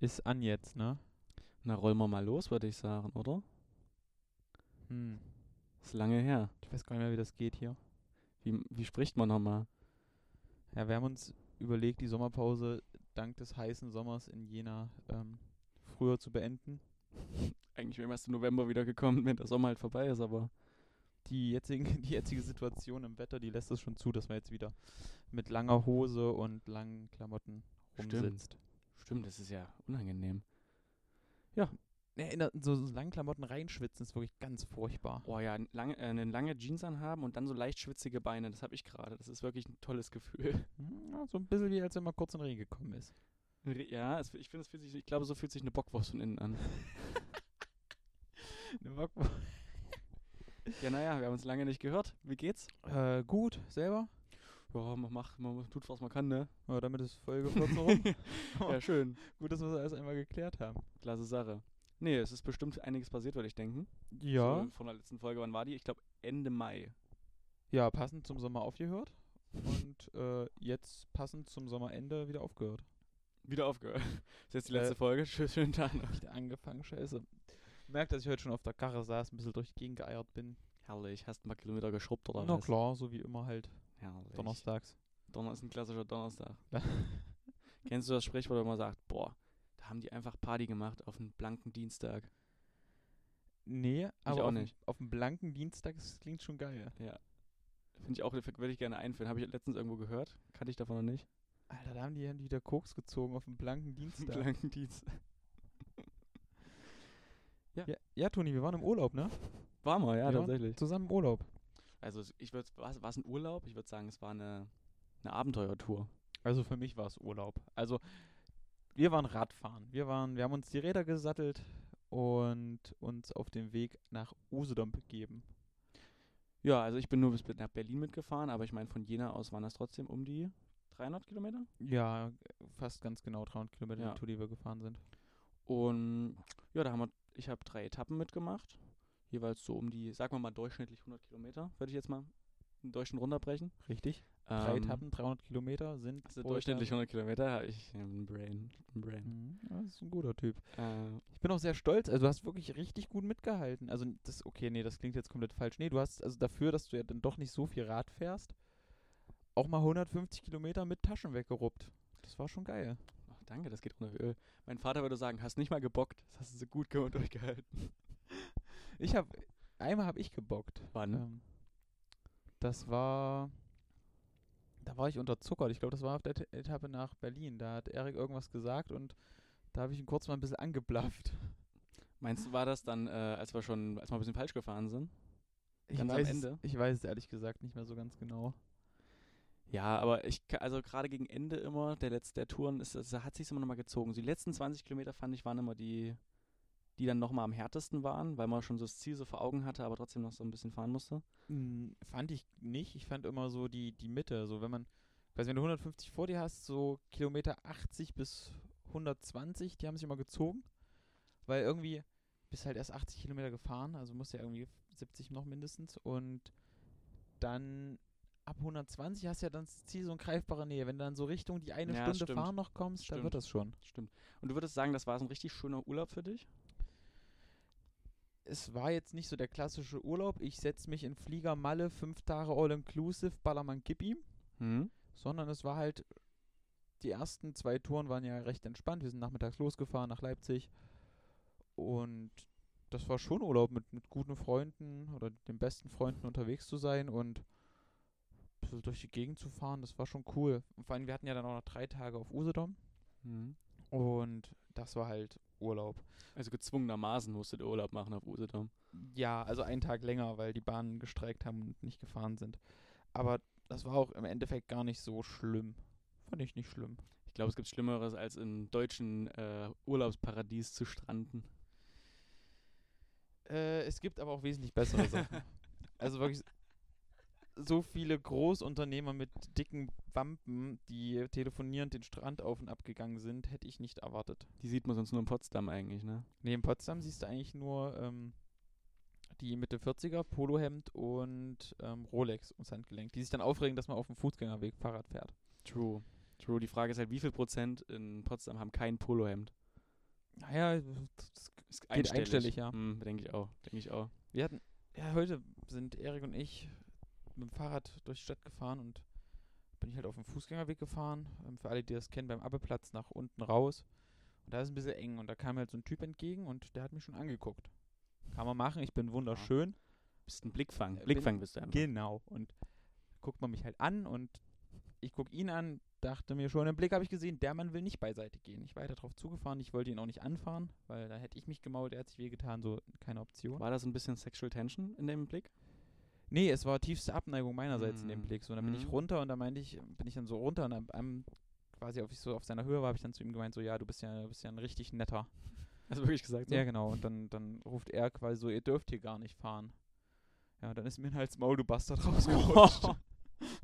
Ist an jetzt, ne? Na, rollen wir mal los, würde ich sagen, oder? Hm. Ist lange her. Ich weiß gar nicht mehr, wie das geht hier. Wie, wie spricht man nochmal? Ja, wir haben uns überlegt, die Sommerpause dank des heißen Sommers in Jena ähm, früher zu beenden. Eigentlich wäre erst im November wieder gekommen, wenn der Sommer halt vorbei ist, aber Die, jetzigen, die jetzige Situation im Wetter, die lässt es schon zu, dass man jetzt wieder mit langer Hose und langen Klamotten Stimmt. rumsitzt. stimmt, das ist ja unangenehm. Ja, in der- so, so langen Klamotten reinschwitzen ist wirklich ganz furchtbar. Oh ja, n- lange, äh, eine lange Jeans anhaben und dann so leicht schwitzige Beine, das habe ich gerade. Das ist wirklich ein tolles Gefühl. Hm, Ja, so ein bisschen wie als wenn man kurz in den Regen gekommen ist. Re- Ja, es, ich finde, es fühlt sich, ich glaube, so fühlt sich eine Bockwurst von innen an. Eine Wok- ja, naja, wir haben uns lange nicht gehört. Wie geht's? äh, gut, selber? Ja, man macht, man tut, was man kann, ne? Ja, damit ist Folge 14 rum. ja, schön. Gut, dass wir das alles einmal geklärt haben. Klasse Sache. Nee, es ist bestimmt einiges passiert, würde ich denken. Ja. So, von der letzten Folge, wann war die? Ich glaube, Ende Mai. Ja, passend zum Sommer aufgehört und äh, jetzt passend zum Sommerende wieder aufgehört. Wieder aufgehört. Ist jetzt die Äh, letzte Folge. Schö- Schönen Tag noch. Wieder angefangen, scheiße. Merkt, dass ich heute schon auf der Karre saß, ein bisschen durch die Gegend geeiert bin. Herrlich. Hast ein paar Kilometer geschrubbt oder Na was? klar, so wie immer halt, Herrlich. donnerstags. Donner ist ein klassischer Donnerstag. Kennst du das Sprichwort, wenn man sagt, boah, da haben die einfach Party gemacht auf einen blanken Dienstag? nee, aber auch auf, dem- nicht. auf dem blanken Dienstag, das klingt schon geil. Ja. Finde ich auch, würde ich gerne einführen. Habe ich letztens irgendwo gehört. Kannte ich davon noch nicht. Alter, da haben die, haben die wieder Koks gezogen auf dem blanken Dienstag. blanken Dienstag. ja, ja, Toni, wir waren im Urlaub, ne? War mal, ja, Wir waren tatsächlich. Zusammen im Urlaub. Also es- ich würde, war es ein Urlaub? Ich würde sagen, es war eine, eine Abenteuertour. Also für mich war es Urlaub. Also wir waren Radfahren. Wir waren, wir haben uns die Räder gesattelt und uns auf den Weg nach Usedom begeben. Ja, also ich bin nur bis nach Berlin mitgefahren, aber ich meine, von Jena aus waren das trotzdem um die 300 Kilometer. Ja, fast ganz genau 300 Kilometer Ja. die Tour, die wir gefahren sind. Und ja, da haben wir, ich habe drei Etappen mitgemacht, jeweils so um die, sagen wir mal durchschnittlich 100 Kilometer, würde ich jetzt mal im Deutschen runterbrechen. Richtig. Drei Ähm, Etappen, 300 Kilometer sind Also pro durchschnittlich Etappe- 100 Kilometer, ja, ich ein Brain, ein Brain. Mhm, ja, Das ist ein guter Typ. Äh, Ich bin auch sehr stolz. Also du hast wirklich richtig gut mitgehalten. Also n- das, okay, nee, das klingt jetzt komplett falsch. Nee, du hast also dafür, dass du ja dann doch nicht so viel Rad fährst, auch mal 150 Kilometer mit Taschen weggeruppt. Das war schon geil. ach, danke, das geht runter wie Öl. Mein Vater würde sagen, hast nicht mal gebockt, das hast du so gut ge- durchgehalten. Ich habe einmal habe ich gebockt. Wann? Ähm, das war da war ich unterzuckert. Ich glaube, das war auf der Eta- Etappe nach Berlin. Da hat Erik irgendwas gesagt und da habe ich ihn kurz mal ein bisschen angeblafft. Meinst du, war das dann, äh, als wir schon, als wir ein bisschen falsch gefahren sind? Ich Ganz am weiß, es- Ende? ich weiß es ehrlich gesagt nicht mehr so ganz genau. Ja, aber ich, ka- also gerade gegen Ende immer der letzte der Touren ist, das hat sich immer nochmal gezogen. So Die letzten 20 Kilometer fand ich waren immer die, die dann nochmal am härtesten waren, weil man schon so das Ziel so vor Augen hatte, aber trotzdem noch so ein bisschen fahren musste. Mm, Fand ich nicht. Ich fand immer so die, die Mitte. So, wenn man, weiß wenn du 150 vor dir hast, so Kilometer 80 bis 120, die haben sich immer gezogen. Weil irgendwie bist halt erst 80 Kilometer gefahren, also musst ja irgendwie 70 noch mindestens. Und dann ab 120 hast du ja dann das Ziel so in greifbarer Nähe. Wenn du dann so Richtung die eine Ja, Stunde stimmt. fahren noch kommst, dann Stimmt. wird das schon. Stimmt. Und du würdest sagen, das war so ein richtig schöner Urlaub für dich? Es war jetzt nicht so der klassische Urlaub. Ich setze mich in Flieger Malle, fünf Tage All-Inclusive, Ballermann Gib ihm. Hm? sondern es war halt, die ersten zwei Touren waren ja recht entspannt. Wir sind nachmittags losgefahren nach Leipzig und das war schon Urlaub mit, mit guten Freunden oder den besten Freunden unterwegs zu sein und so durch die Gegend zu fahren, das war schon cool. Und vor allem, wir hatten ja dann auch noch drei Tage auf Usedom und das war halt Urlaub. Also gezwungenermaßen musstet ihr Urlaub machen auf Usedom. Ja, also einen Tag länger, weil die Bahnen gestreikt haben und nicht gefahren sind. Aber das war auch im Endeffekt gar nicht so schlimm. Fand ich nicht schlimm. Ich glaube, es gibt Schlimmeres, als im deutschen äh, Urlaubsparadies zu stranden. Äh, es gibt aber auch wesentlich bessere Sachen. Also wirklich s- so viele Großunternehmer mit dicken Wampen, die telefonierend den Strand auf und ab gegangen sind, hätte ich nicht erwartet. Die sieht man sonst nur in Potsdam eigentlich, ne? Neben Potsdam siehst du eigentlich nur ähm, die Mitte 40er, Polohemd und ähm, Rolex ums Handgelenk, die sich dann aufregen, dass man auf dem Fußgängerweg Fahrrad fährt. True. True. Die Frage ist halt, wie viel Prozent in Potsdam haben kein Polohemd? Naja, das, Ist einstellig, ja. Hm, denke ich auch, denke ich auch. wir hatten, ja, heute sind Erik und ich mit dem Fahrrad durch die Stadt gefahren und bin ich halt auf dem Fußgängerweg gefahren. Ähm, für alle, die das kennen, beim Appelplatz nach unten raus. Und da ist ein bisschen eng und da kam mir halt so ein Typ entgegen und der hat mich schon angeguckt. Kann man machen, ich bin wunderschön. Bist ein Blickfang, Äh, Blickfang bin- bist du einfach. Genau. Und guckt man mich halt an und ich guck ihn an, dachte mir schon, im Blick habe ich gesehen, der Mann will nicht beiseite gehen. Ich war weiter drauf zugefahren, ich wollte ihn auch nicht anfahren, weil da hätte ich mich gemault, er hat sich wehgetan, so keine Option. War das ein bisschen Sexual Tension in dem Blick? Nee, es war tiefste Abneigung meinerseits in dem Mm. Blick. So, dann bin ich Mhm. runter und dann meinte ich, bin ich dann so runter und dann am, quasi auf, ich so auf seiner Höhe war, habe ich dann zu ihm gemeint, so ja, du bist ja, du bist ja ein richtig netter. Hast du wirklich gesagt? So? Ja, genau. Und dann, dann ruft er quasi so, ihr dürft hier gar nicht fahren. Ja, und dann ist mir ein Hals Maul, du Bastard rausgerutscht.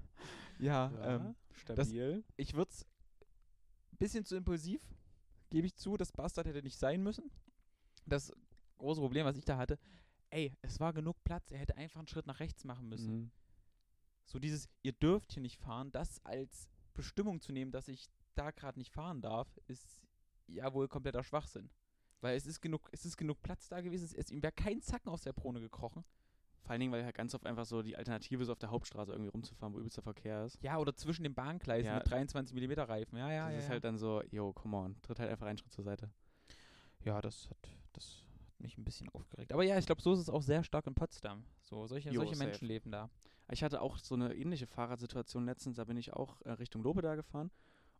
ja, Ja, ähm, stabil. ich würde es bisschen zu impulsiv, gebe ich zu, das Bastard hätte nicht sein müssen. Das große Problem, was ich da hatte, ey, es war genug Platz, er hätte einfach einen Schritt nach rechts machen müssen. Mhm. So dieses, ihr dürft hier nicht fahren, das als Bestimmung zu nehmen, dass ich da gerade nicht fahren darf, ist ja wohl kompletter Schwachsinn. Weil es ist genug, es ist genug Platz da gewesen, es, es, ihm wäre kein Zacken aus der Krone gekrochen. Vor allen Dingen, weil ja ganz oft einfach so die Alternative ist, auf der Hauptstraße irgendwie rumzufahren, wo übelster Verkehr ist. Ja, oder zwischen den Bahngleisen Ja. mit 23 mm Reifen. Ja, ja, das ja. ist ja. halt dann so, yo, come on, tritt halt einfach einen Schritt zur Seite. ja, das hat, das hat mich ein bisschen aufgeregt. Aber ja, ich glaube, so ist es auch sehr stark in Potsdam. So, solche, Jo, solche safe. Menschen leben da. Ich hatte auch so eine ähnliche Fahrradsituation letztens, da bin ich auch äh, Richtung Lobeda gefahren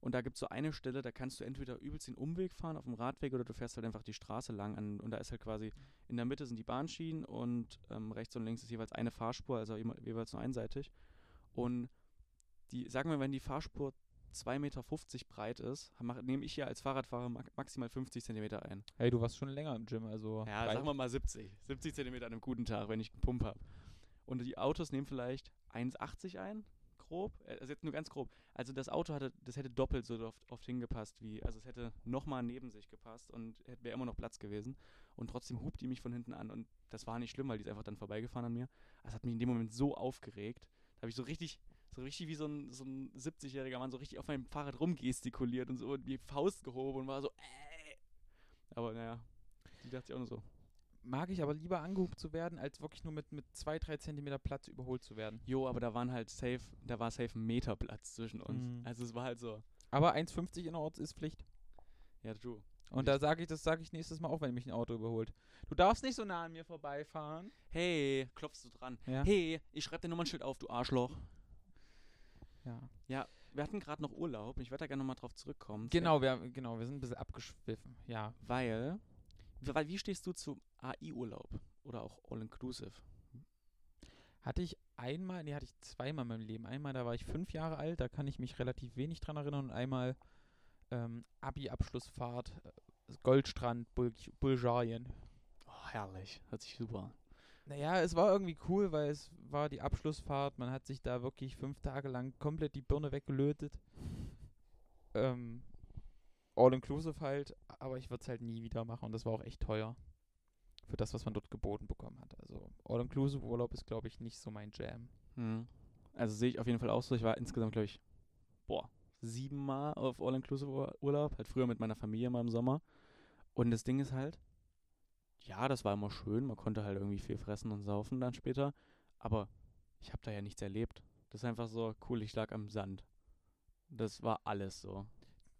und da gibt es so eine Stelle, da kannst du entweder übelst den Umweg fahren auf dem Radweg oder du fährst halt einfach die Straße lang an und da ist halt quasi, in der Mitte sind die Bahnschienen und ähm, rechts und links ist jeweils eine Fahrspur, also jema- jeweils nur einseitig und die, sagen wir, wenn die Fahrspur 2,50 Meter breit ist, mach- nehme ich ja als Fahrradfahrer ma- maximal 50 Zentimeter ein. Hey, du warst schon länger im Gym, also. Ja, reicht. sagen wir mal 70. 70 Zentimeter an einem guten Tag, wenn ich einen Pump habe. Und die Autos nehmen vielleicht 1,80 ein, grob. Äh, Also jetzt nur ganz grob. Also das Auto hatte, das hätte doppelt so oft, oft hingepasst wie, also es hätte nochmal neben sich gepasst und hätte- wäre immer noch Platz gewesen. Und trotzdem hupt die mich von hinten an. Und das war nicht schlimm, weil die ist einfach dann vorbeigefahren an mir. Das hat mich in dem Moment so aufgeregt. Da habe ich so richtig, so richtig wie so ein, so ein 70-jähriger Mann so richtig auf meinem Fahrrad rumgestikuliert und so und die Faust gehoben und war so, äh. Aber naja, die dachte ich auch nur so. Mag ich aber lieber angehobt zu werden, als wirklich nur mit, mit zwei, drei Zentimeter Platz überholt zu werden. Jo, aber da waren halt safe, da war safe ein Meter Platz zwischen uns. Mhm. Also es war halt so, Aber 1,50 innerorts ist Pflicht. ja du. Und da sage ich, das sage ich nächstes Mal auch, wenn mich ein Auto überholt. Du darfst nicht so nah an mir vorbeifahren. Hey, klopfst du dran. Ja. Hey, ich schreibe dir Nummernschild auf, du Arschloch. ja. Wir hatten gerade noch Urlaub, ich werde da gerne nochmal drauf zurückkommen. Genau, wir, haben- genau, wir sind ein bisschen abgeschwiffen. Ja. Weil, weil, wie stehst du zu AI-Urlaub oder auch All-Inclusive? Hatte ich einmal, nee, hatte ich zweimal in meinem Leben. Einmal, da war ich fünf Jahre alt, da kann ich mich relativ wenig dran erinnern. Und einmal ähm, Abi-Abschlussfahrt, äh, Goldstrand, Bul Bulgarien. Oh, herrlich, hört sich super an. Naja, es war irgendwie cool, weil es war die Abschlussfahrt. Man hat sich da wirklich fünf Tage lang komplett die Birne weggelötet. Ähm, All-inclusive halt, aber ich würde es halt nie wieder machen und das war auch echt teuer für das, was man dort geboten bekommen hat. Also All-inclusive Urlaub ist, glaube ich, nicht so mein Jam. Mhm. Also sehe ich auf jeden Fall auch so. Ich war insgesamt, glaube ich, boah, siebenmal auf All-Inclusive-Urlaub. Halt früher mit meiner Familie mal im Sommer. Und das Ding ist halt, ja, das war immer schön. Man konnte halt irgendwie viel fressen und saufen dann später. Aber ich habe da ja nichts erlebt. Das ist einfach so, cool, ich lag am Sand. Das war alles so.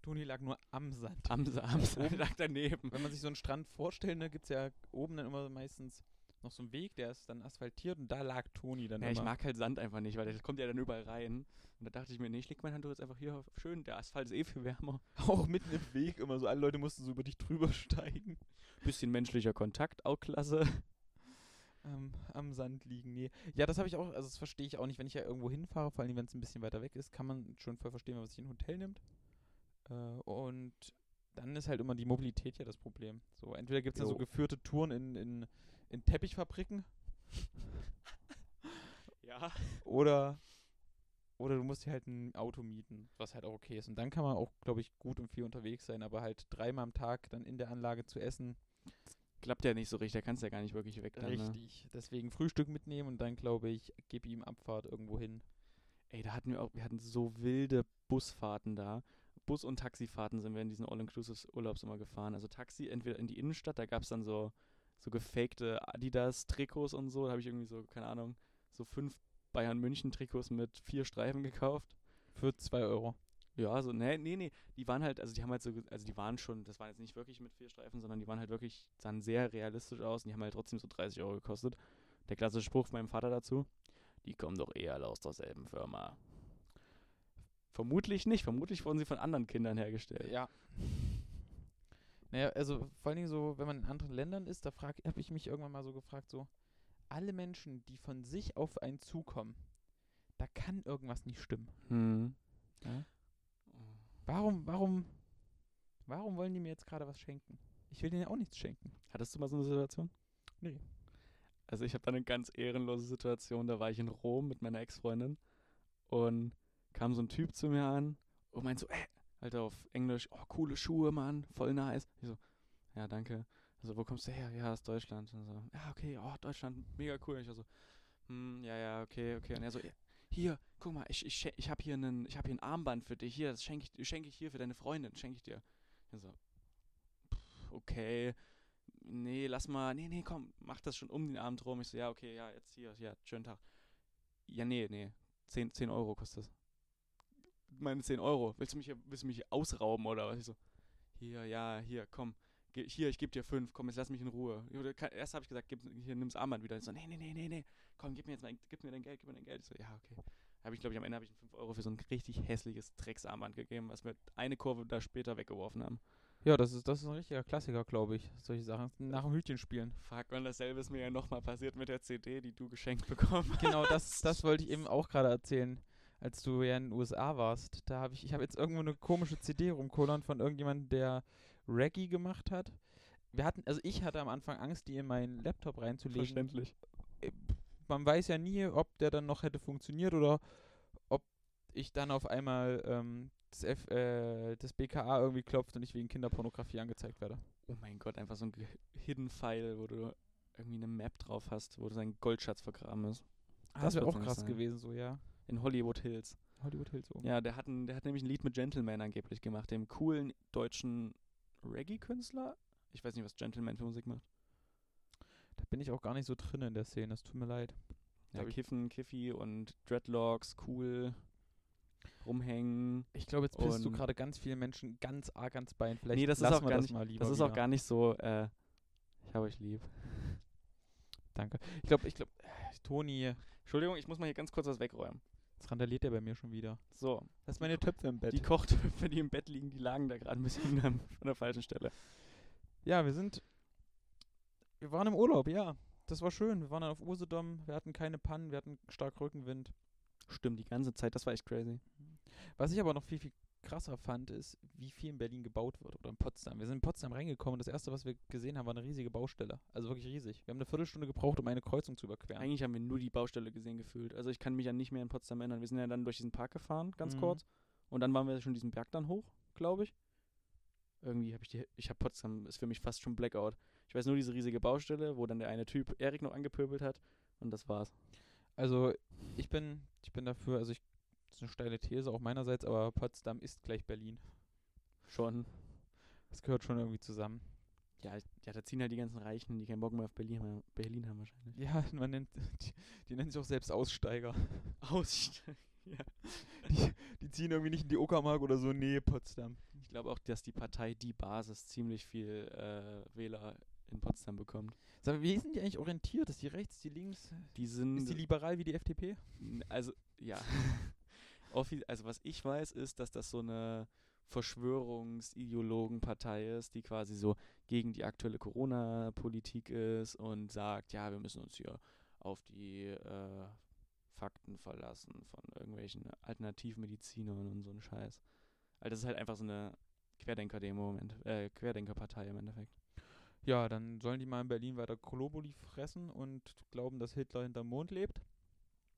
Toni lag nur am Sand. Am, Sa- am Sand lag daneben. Wenn man sich so einen Strand vorstellt, da gibt es ja oben dann immer meistens noch so einen Weg, der ist dann asphaltiert und da lag Toni dann Ja, ich immer. mag halt Sand einfach nicht, weil das kommt ja dann überall rein. Und da dachte ich mir, nee, ich leg mein Handtuch jetzt einfach hier auf. Schön, der Asphalt ist eh viel wärmer. auch mitten im Weg immer so, alle Leute mussten so über dich drüber steigen. Bisschen menschlicher Kontakt, auch klasse. Ähm, am Sand liegen, nee. Ja, das habe ich auch, also das verstehe ich auch nicht, wenn ich ja irgendwo hinfahre, vor allem wenn es ein bisschen weiter weg ist, kann man schon voll verstehen, wenn man sich ein Hotel nimmt. Äh, und dann ist halt immer die Mobilität ja das Problem. So, entweder gibt es dann so Jo. geführte Touren in, in, in Teppichfabriken Ja. oder, oder du musst dir halt ein Auto mieten, was halt auch okay ist. Und dann kann man auch, glaube ich, gut und viel unterwegs sein, aber halt dreimal am Tag dann in der Anlage zu essen, Klappt ja nicht so richtig, da kannst du ja gar nicht wirklich weg. Dann, ne? richtig. Deswegen Frühstück mitnehmen und dann, glaube ich, gib ihm Abfahrt irgendwo hin. Ey, da hatten wir auch, wir hatten so wilde Busfahrten da, Bus- und Taxifahrten sind wir in diesen All-Inclusive-Urlaubs immer gefahren. Also Taxi entweder in die Innenstadt, da gab es dann so, so gefakte Adidas-Trikots und so. Da habe ich irgendwie so, keine Ahnung, so fünf Bayern-München-Trikots mit vier Streifen gekauft. Für 2 Euro. Ja, so, nee, nee, nee. Die waren halt, also die haben halt so, ge- also die waren schon, das waren jetzt nicht wirklich mit vier Streifen, sondern die waren halt wirklich, sahen sehr realistisch aus und die haben halt trotzdem so 30 Euro gekostet. Der klassische Spruch von meinem Vater dazu, die kommen doch eher alle aus derselben Firma. Vermutlich nicht, vermutlich wurden sie von anderen Kindern hergestellt. Ja. Naja, also vor allen Dingen so, wenn man in anderen Ländern ist, da habe ich mich irgendwann mal so gefragt, so, alle Menschen, die von sich auf einen zukommen, da kann irgendwas nicht stimmen. Hm. Warum, warum, warum wollen die mir jetzt gerade was schenken? Ich will denen ja auch nichts schenken. Hattest du mal so eine Situation? Nee. Also ich habe da eine ganz ehrenlose Situation. Da war ich in Rom mit meiner Ex-Freundin und kam so ein Typ zu mir an und meint so, äh, Alter, auf Englisch, oh, coole Schuhe, Mann, voll nice. Ich so, ja, danke. Also, wo kommst du her? Ja, aus Deutschland. Und so, ja, okay, oh, Deutschland, mega cool. Ich war so, hm, ja, ja, okay, okay. Und er so, "Ja, hier, guck mal, ich, ich, schen- ich habe hier, einen- ich hab hier ein Armband für dich. Hier, das schenke ich, schenke ich hier für deine Freundin, schenke ich dir. Ich so, pff, okay nee, lass mal, nee, nee, komm, mach das schon um den Abend rum. Ich so, ja, okay, ja, jetzt hier, ja, schönen Tag. Ja, nee, nee, 10, 10 Euro kostet das. Meine 10 Euro, willst du mich, hier- willst du mich hier ausrauben oder was? Ich so, hier, ja, hier, komm, Ge hier, ich geb dir 5, komm, jetzt lass mich in Ruhe. Ja, oder kann- Erst habe ich gesagt, gib, hier, nimm's Armband wieder. Ich so, nee, nee, nee, nee, nee, komm, gib mir jetzt mein, gib mir dein Geld, gib mir dein Geld. Ich so, ja, okay. Habe ich, glaube ich, am Ende habe ich ihm 5 Euro für so ein richtig hässliches Drecksarmband gegeben, was wir eine Kurve da später weggeworfen haben. Ja, das ist, das ist ein richtiger Klassiker, glaube ich. Solche Sachen. Nach dem Hütchen spielen. Fuck, und dasselbe ist mir ja nochmal passiert mit der CD, die du geschenkt bekommen hast. genau, das, das wollte ich eben auch gerade erzählen, als du ja in den USA warst. Da habe ich, ich habe jetzt irgendwo eine komische CD rumkollern von irgendjemandem, der Reggae gemacht hat. Wir hatten, also ich hatte am Anfang Angst, die in meinen Laptop reinzulegen. Äh, Man weiß ja nie, ob der dann noch hätte funktioniert oder ob ich dann auf einmal ähm, das, F, äh, das BKA irgendwie klopft und ich wegen Kinderpornografie angezeigt werde. Oh mein Gott, einfach so ein ge- Hidden File, wo du irgendwie eine Map drauf hast, wo dein Goldschatz vergraben ist. Ah, Das, wäre wird's auch nicht krass sein. gewesen, so ja. In Hollywood Hills. Hollywood Hills oben. Ja, der hat, ein, der hat nämlich ein Lied mit Gentleman angeblich gemacht, dem coolen deutschen Reggae-Künstler. Ich weiß nicht, was Gentleman für Musik macht. Da bin ich auch gar nicht so drin in der Szene, das tut mir leid. Ja, Hab ich- Kiffen, Kiffi und Dreadlocks, cool, rumhängen. Ich glaube, jetzt pisst du Und- gerade ganz vielen Menschen ganz arg ans Bein. Vielleicht Nee, das ist lassen auch wir gar das nicht- mal lieber. Das ist wieder. auch gar nicht so, äh, ich habe euch lieb. Danke. Ich glaube, ich glaube, Toni, Entschuldigung, ich muss mal hier ganz kurz was wegräumen. jetzt randaliert er bei mir schon wieder. So, Lass meine Töpfe im Bett. Die Kochtöpfe, die im Bett liegen, die lagen da gerade ein bisschen an der falschen Stelle. ja, wir sind. Wir waren im Urlaub, ja. Das war schön. Wir waren dann auf Usedom. Wir hatten keine Pannen. Wir hatten stark Rückenwind. Stimmt, die ganze Zeit, das war echt crazy. Was ich aber noch viel, viel krasser fand, ist, wie viel in Berlin gebaut wird oder in Potsdam. Wir sind in Potsdam reingekommen und das erste, was wir gesehen haben, war eine riesige Baustelle. Also wirklich riesig. Wir haben eine Viertelstunde gebraucht, um eine Kreuzung zu überqueren. Eigentlich haben wir nur die Baustelle gesehen gefühlt. Also ich kann mich ja nicht mehr in Potsdam erinnern. Wir sind ja dann durch diesen Park gefahren, ganz Mhm. kurz. Und dann waren wir schon diesen Berg dann hoch, glaube ich. Irgendwie habe ich die, ich habe Potsdam, ist für mich fast schon Blackout. Ich weiß nur diese riesige Baustelle, wo dann der eine Typ Erik noch angepöbelt hat. Und das war's. Also ich bin, ich bin dafür, also ich, das ist eine steile These auch meinerseits, aber Potsdam ist gleich Berlin. Schon. Das gehört schon irgendwie zusammen. Ja, ich- ja, da ziehen halt die ganzen Reichen, die keinen Bock mehr auf Berlin, haben- Berlin haben wahrscheinlich. Ja, man nennt, die, die nennen sich auch selbst Aussteiger. Aus. Die ziehen irgendwie nicht in die Uckermark oder so, nee, Potsdam. Ich glaube auch, dass die Partei Die Basis ziemlich viel äh, Wähler in Potsdam bekommt. Sag mal, wie sind die eigentlich orientiert? Ist die rechts, die links? Die sind. Ist die liberal wie die FDP? n- also, ja. Offi- also, was ich weiß, ist, dass das so eine Verschwörungsideologenpartei ist, die quasi so gegen die aktuelle Corona-Politik ist und sagt: Ja, wir müssen uns hier auf die äh, Fakten verlassen von irgendwelchen Alternativmedizinern und so ein Scheiß. Also, das ist halt einfach so eine Querdenker-Demo, im Endeff- äh, Querdenker-Partei im Endeffekt. Ja, dann sollen die mal in Berlin weiter Globuli fressen und glauben, dass Hitler hinterm Mond lebt.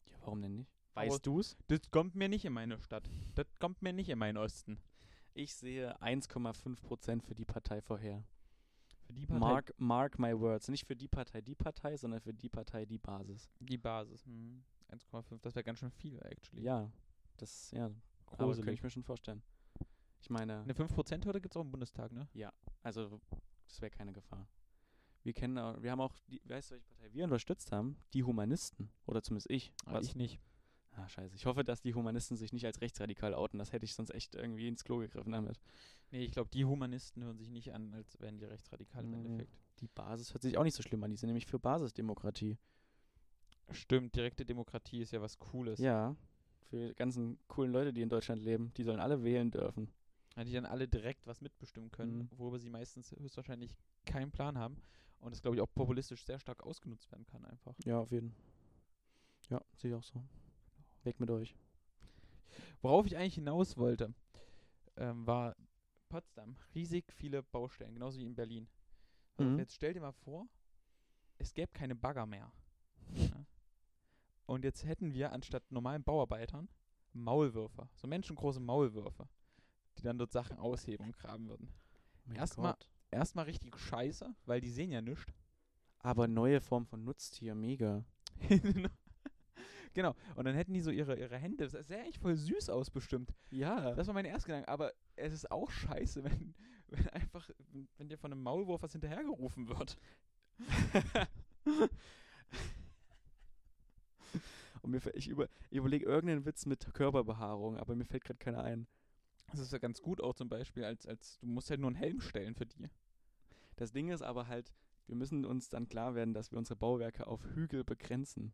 Ja, warum denn nicht? Weißt du's? Das kommt mir nicht in meine Stadt. Das kommt mir nicht in meinen Osten. Ich sehe 1,5% für die Partei vorher. Für die Mark, mark my words. Nicht für die Partei die Partei, sondern für die Partei die Basis. Die Basis. hm. 1,5, das wäre ganz schön viel, actually. Ja, das, ja, aber könnte Gruselig. ich mir schon vorstellen. Ich meine, Eine 5%-Hürde gibt es auch im Bundestag, ne? also das wäre keine Gefahr. Wir kennen, auch- wir haben auch, die, weißt du, welche Partei wir unterstützt haben? Die Humanisten. Oder zumindest ich. Aber Was- ich nicht. Ah, scheiße. Ich hoffe, dass die Humanisten sich nicht als rechtsradikal outen. Das hätte ich sonst echt irgendwie ins Klo gegriffen damit. Nee, ich glaube, die Humanisten hören sich nicht an, als wären die rechtsradikal im Nee. Endeffekt. Die Basis hört sich auch nicht so schlimm an. Die sind nämlich für Basisdemokratie. Stimmt, direkte Demokratie ist ja was Cooles. Ja. Für die ganzen coolen Leute, die in Deutschland leben. Die sollen alle wählen dürfen. Ja, die dann alle direkt was mitbestimmen können, Mhm. worüber sie meistens höchstwahrscheinlich keinen Plan haben. Und das, glaube ich, auch populistisch sehr stark ausgenutzt werden kann einfach. Ja, auf jeden Fall. Ja, sehe ich auch so. Weg mit euch. Worauf ich eigentlich hinaus wollte, ähm, war Potsdam. Riesig viele Baustellen, genauso wie in Berlin. Pass auf, Mhm. Jetzt stell dir mal vor, es gäbe keine Bagger mehr. ne? Und jetzt hätten wir anstatt normalen Bauarbeitern Maulwürfe, so menschengroße Maulwürfe, die dann dort Sachen ausheben und graben würden. Mein Erstmal- Gott. Erstmal richtig scheiße, weil die sehen ja nichts. Aber neue Form von Nutztier, mega. genau. Und dann hätten die so ihre, ihre Hände. Das sah eigentlich voll süß aus, bestimmt. Ja. Das war mein Erstgedanke. Aber es ist auch scheiße, wenn, wenn einfach, wenn dir von einem Maulwurf was hinterhergerufen wird. Und mir, fä- ich, über, ich überlege irgendeinen Witz mit Körperbehaarung, aber mir fällt gerade keiner ein. Das ist ja ganz gut auch zum Beispiel, als, als du musst halt nur einen Helm stellen für die. Das Ding ist aber halt, wir müssen uns dann klar werden, dass wir unsere Bauwerke auf Hügel begrenzen.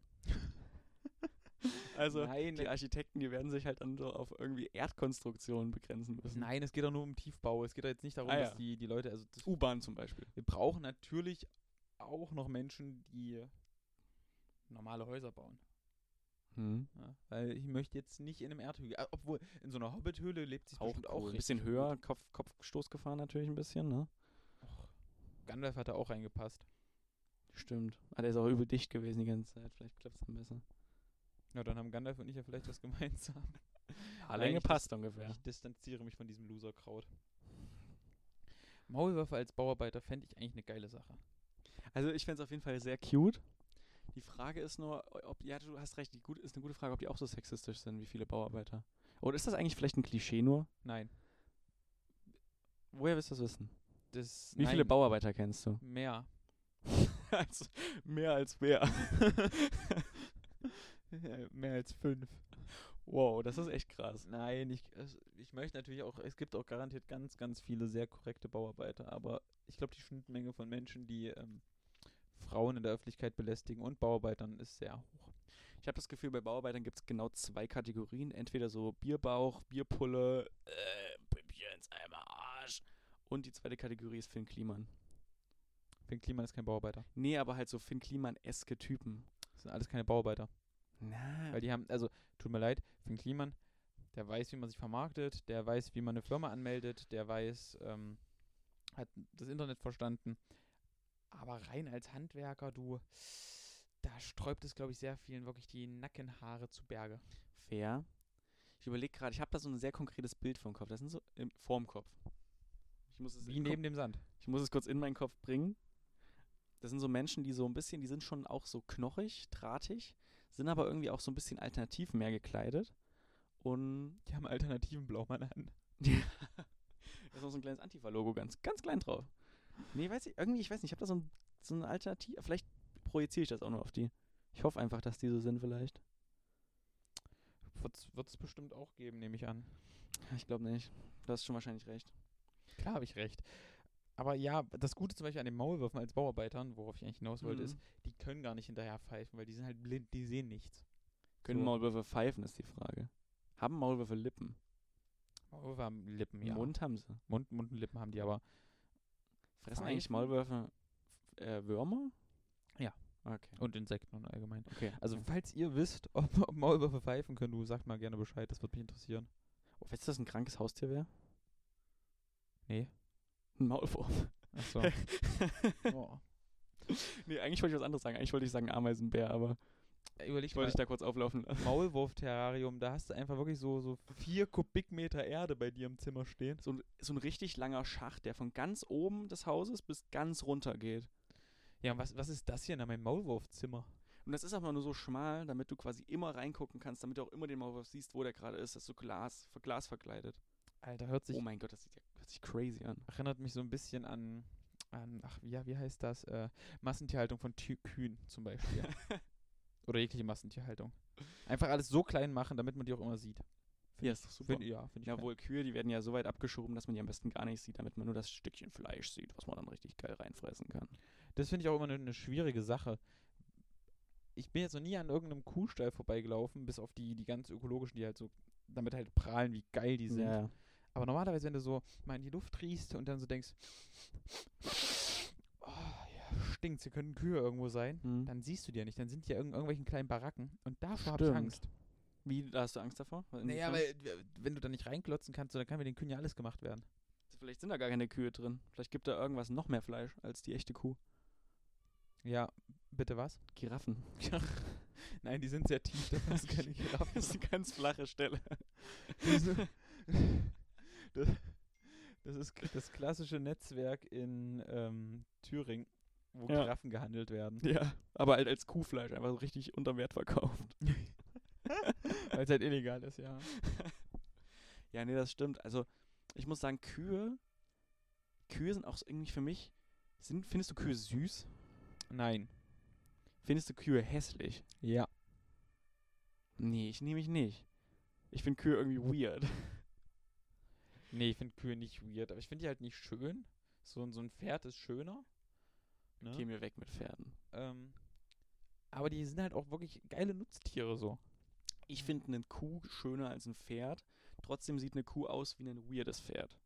also nein, die Architekten, die werden sich halt dann so auf irgendwie Erdkonstruktionen begrenzen müssen. nein, es geht doch nur um Tiefbau. Es geht doch jetzt nicht darum, Ah, dass ja. die, die Leute, also das, U-Bahn zum Beispiel. wir brauchen natürlich auch noch Menschen, die normale Häuser bauen. Hm. Ja, weil ich möchte jetzt nicht in einem Erdhügel. Ah, Obwohl, in so einer Hobbit-Höhle lebt sich Auch, bestimmt auch auch cool. ein bisschen richtig höher, Kopf, Kopfstoß gefahren natürlich ein bisschen, ne? Gut. Och, Gandalf hat da auch reingepasst. Stimmt. Aber Ah, der ist auch übel dicht gewesen die ganze Zeit. Vielleicht klappt es dann besser. Ja, dann haben Gandalf und ich ja vielleicht was gemeinsam. Ja, Länge ich dis- passt ungefähr. Ich distanziere mich von diesem Loserkraut. Maulwürfe als Bauarbeiter fände ich eigentlich eine geile Sache. Also ich fände es auf jeden Fall sehr cute. Die Frage ist nur, ob, ja, du hast recht, die gut, ist eine gute Frage, ob die auch so sexistisch sind wie viele Bauarbeiter. Oder ist das eigentlich vielleicht ein Klischee nur? Nein. Woher willst du das wissen? Das, Wie nein, viele Bauarbeiter kennst du? Mehr. als, mehr als wer. Ja, mehr als fünf. wow, das ist echt krass. Nein, ich, es- ich möchte natürlich auch, es gibt auch garantiert ganz, ganz viele sehr korrekte Bauarbeiter, aber ich glaube, die Schnittmenge von Menschen, die ähm, Frauen in der Öffentlichkeit belästigen und Bauarbeitern ist sehr hoch. Ich habe das Gefühl, bei Bauarbeitern gibt es genau zwei Kategorien. Entweder so Bierbauch, Bierpulle, äh, Püppchen ins Eimer Arsch. Und die zweite Kategorie ist Finn Kliman. Finn Kliman ist kein Bauarbeiter. Nee, aber halt so Finn Kliman-eske Typen. Das sind alles keine Bauarbeiter. Na, Weil die haben, also, tut mir leid, Finn Kliman, der weiß, wie man sich vermarktet, der weiß, wie man eine Firma anmeldet, der weiß, ähm, hat das Internet verstanden. Aber rein als Handwerker, du, da sträubt es, glaube ich, sehr vielen wirklich die Nackenhaare zu Berge. Fair. Ich überlege gerade, ich habe da so ein sehr konkretes Bild vom Kopf. Das sind so im, vorm Kopf. Ich muss, es Wie im neben Kopf, dem Sand. ich muss es kurz in meinen Kopf bringen. Das sind so Menschen, die so ein bisschen, die sind schon auch so knochig, drahtig, sind aber irgendwie auch so ein bisschen alternativ mehr gekleidet. Und Die haben alternativen Blaumann an. da ist noch so ein kleines Antifa-Logo ganz, ganz klein drauf. Nee, weiß ich, irgendwie, ich weiß nicht, ich habe da so ein, so ein Alternativ. Vielleicht projiziere ich das auch nur auf die. Ich hoffe einfach, dass die so sind, vielleicht. Wird es bestimmt auch geben, nehme ich an. Ich glaube nicht. Du hast schon wahrscheinlich recht. Klar habe ich recht. Aber ja, das Gute zum Beispiel an den Maulwürfen als Bauarbeitern, worauf ich eigentlich hinaus wollte, ist, Mhm. die können gar nicht hinterher pfeifen, weil die sind halt blind, die sehen nichts. Können So. Maulwürfe pfeifen, ist die Frage. Haben Maulwürfe Lippen? Maulwürfe Oh, haben Lippen, Einen ja. Mund haben sie. Mund, Mund und Lippen haben die, aber Fressen eigentlich Pfeifen? Maulwürfe äh, Würmer? Ja. Okay. und Insekten und allgemein. okay. Also Also, falls ihr wisst, ob, ob Maulwürfe pfeifen können, du sagt mal gerne Bescheid, das würde mich interessieren. oh, weißt du, dass ein krankes Haustier wäre? Nee. Ein Maulwurf. Achso. oh. nee, eigentlich wollte ich was anderes sagen. Eigentlich wollte ich sagen Ameisenbär, aber Überleg ich wollte mal, dich da kurz auflaufen lassen. Maulwurf-Terrarium, da hast du einfach wirklich so, so vier Kubikmeter Erde bei dir im Zimmer stehen. So ein, so ein richtig langer Schacht, der von ganz oben des Hauses bis ganz runter geht. Ja, und was, was ist das hier in meinem Maulwurfzimmer? Und das ist aber nur so schmal, damit du quasi immer reingucken kannst, damit du auch immer den Maulwurf siehst, wo der gerade ist. Das ist so Glas, ver- Glas verkleidet. Alter, hört sich, Oh mein Gott, das sieht ja hört sich crazy an. erinnert mich so ein bisschen an, an ach ja, wie heißt das? Äh, Massentierhaltung von Tü Kühen zum Beispiel. Oder jegliche Massentierhaltung. Einfach alles so klein machen, damit man die auch immer sieht. Ja, ist doch super. Find, ja, finde ich. geil. Jawohl, Kühe, die werden ja so weit abgeschoben, dass man die am besten gar nicht sieht, damit man nur das Stückchen Fleisch sieht, was man dann richtig geil reinfressen kann. Das finde ich auch immer eine, schwierige Sache. Ich bin jetzt noch nie an irgendeinem Kuhstall vorbeigelaufen, bis auf die, die ganz ökologischen, die halt so damit halt prahlen, wie geil die sind. Aber normalerweise, wenn du so mal in die Luft riechst und dann so denkst, oh, ja, stinkt's, hier könnten Kühe irgendwo sein, Hm. dann siehst du die ja nicht, dann sind die ja in irgendwelchen kleinen Baracken und davor habe ich Stimmt. Angst. Wie, da hast du Angst davor? Weil Naja, inwiefern? weil äh, wenn du da nicht reinklotzen kannst, so, dann kann mit den Kühen ja alles gemacht werden. Vielleicht sind da gar keine Kühe drin. Vielleicht gibt da irgendwas noch mehr Fleisch als die echte Kuh. Ja, bitte was? Giraffen. Nein, die sind sehr tief, da passt keine Giraffe. Das ist eine ganz flache Stelle. Das, das, das ist k- das klassische Netzwerk in ähm, Thüringen, wo Ja. Giraffen gehandelt werden. Ja, aber halt als Kuhfleisch, einfach so richtig unterm Wert verkauft. Weil es halt illegal ist, ja. Ja, nee, das stimmt. Also, ich muss sagen, Kühe, Kühe sind auch so irgendwie für mich, sind, findest du Kühe süß? Nein. Findest du Kühe hässlich? Ja. Nee, ich nehme mich nicht. Ich finde Kühe irgendwie weird. Nee, ich finde Kühe nicht weird, aber ich finde die halt nicht schön. So, ein- so ein Pferd ist schöner. Ne? Geh mir weg mit Pferden. Ähm, aber die sind halt auch wirklich geile Nutztiere so. Ich finde eine Kuh schöner als ein Pferd. Trotzdem sieht eine Kuh aus wie ein weirdes Pferd.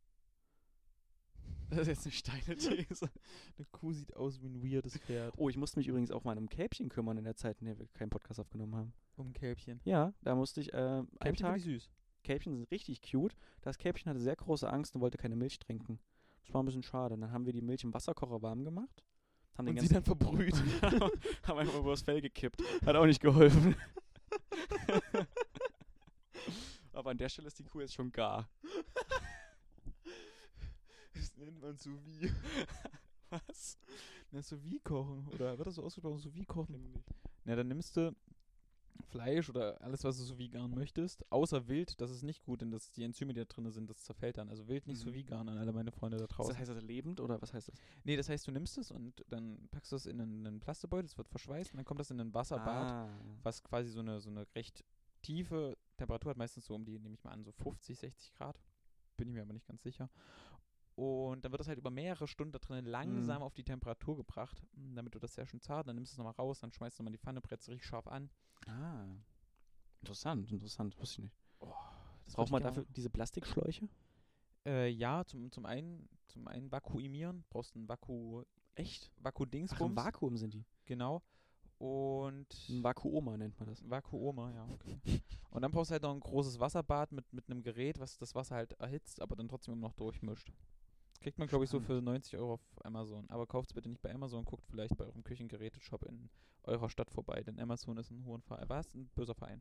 Das ist jetzt eine steile These. Eine Kuh sieht aus wie ein weirdes Pferd. Oh, ich musste mich übrigens auch mal um Kälbchen kümmern in der Zeit, in der wir keinen Podcast aufgenommen haben. Um ein Kälbchen. Ja, da musste ich äh, einen Kälbchen finde Tag. ich süß. Kälbchen sind richtig cute. Das Kälbchen hatte sehr große Angst und wollte keine Milch trinken. Das war ein bisschen schade. Und dann haben wir die Milch im Wasserkocher warm gemacht. Haben den Und sie dann ganzen verbrüht. haben einfach übers Fell gekippt. Hat auch nicht geholfen. Aber an der Stelle ist die Kuh jetzt schon gar. Das nennt man sous vide. Was? Na, sous vide kochen. Oder wird das so ausgesprochen? Sous vide kochen? Na, dann nimmst du Fleisch oder alles, was du sous vide garen möchtest. Außer Wild, das ist nicht gut, denn das, die Enzyme, die da drin sind, das zerfällt dann. Also Wild nicht Mhm. sous vide garen an alle meine Freunde da Das draußen. heißt das lebend oder was heißt das? nee, das heißt, du nimmst es und dann packst du es in einen, einen Plastebeutel, es wird verschweißt und dann kommt das in einen Wasserbad, was quasi so eine, so eine recht tiefe Temperatur hat, meistens so um die, nehme ich mal an, so 50, 60 Grad. Bin ich mir aber nicht ganz sicher. Und dann wird das halt über mehrere Stunden da drinnen langsam auf die Temperatur gebracht, m, damit du das sehr schön zart, dann nimmst du es nochmal raus, dann schmeißt du nochmal die Pfanne, brätst richtig scharf an. Ah. Interessant, interessant. Wusste ich nicht. Das würd Braucht man ich gerne- dafür diese Plastikschläuche? Äh, ja, zum, zum einen, zum einen vakuumieren, brauchst ein Vaku, Echt? Ach, im Vaku-Dingsbums, Vakuum sind die. genau. Und Ein Vakuoma nennt man das. Vakuoma, ja, okay. Und dann brauchst du halt noch ein großes Wasserbad mit, mit einem Gerät, was das Wasser halt erhitzt, aber dann trotzdem immer noch durchmischt. Kriegt man, glaube ich, so für 90 Euro auf Amazon. Aber kauft es bitte nicht bei Amazon, guckt vielleicht bei eurem Küchengeräteshop in eurer Stadt vorbei, denn Amazon ist ein hohen Verein. Was? Ein böser Verein.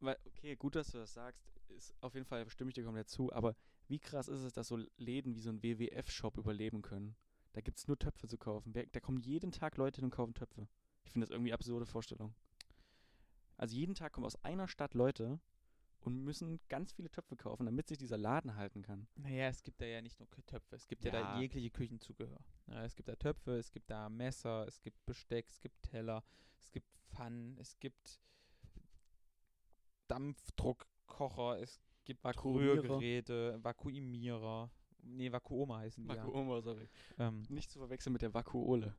Weil, okay, gut, dass du das sagst. Ist, auf jeden Fall stimme ich dir komplett zu. Aber wie krass ist es, dass so Läden wie so ein WWF-Shop überleben können? Da gibt es nur Töpfe zu kaufen. Wer, da kommen jeden Tag Leute hin und kaufen Töpfe. Ich finde das irgendwie absurde Vorstellung. Also jeden Tag kommen aus einer Stadt Leute und müssen ganz viele Töpfe kaufen, damit sich dieser Laden halten kann. Naja, es gibt da ja nicht nur K- Töpfe, es gibt ja, da Ja. jegliche Küchenzugehör. Ja, es gibt da Töpfe, es gibt da Messer, es gibt Besteck, es gibt Teller, es gibt Pfannen, es gibt Dampfdruckkocher, es gibt Vakuumierer. Rührgeräte, Vakuumierer. Nee, Vakuoma heißen die Vakuoma, sorry. ja. Ähm, Nicht zu verwechseln mit der Vakuole.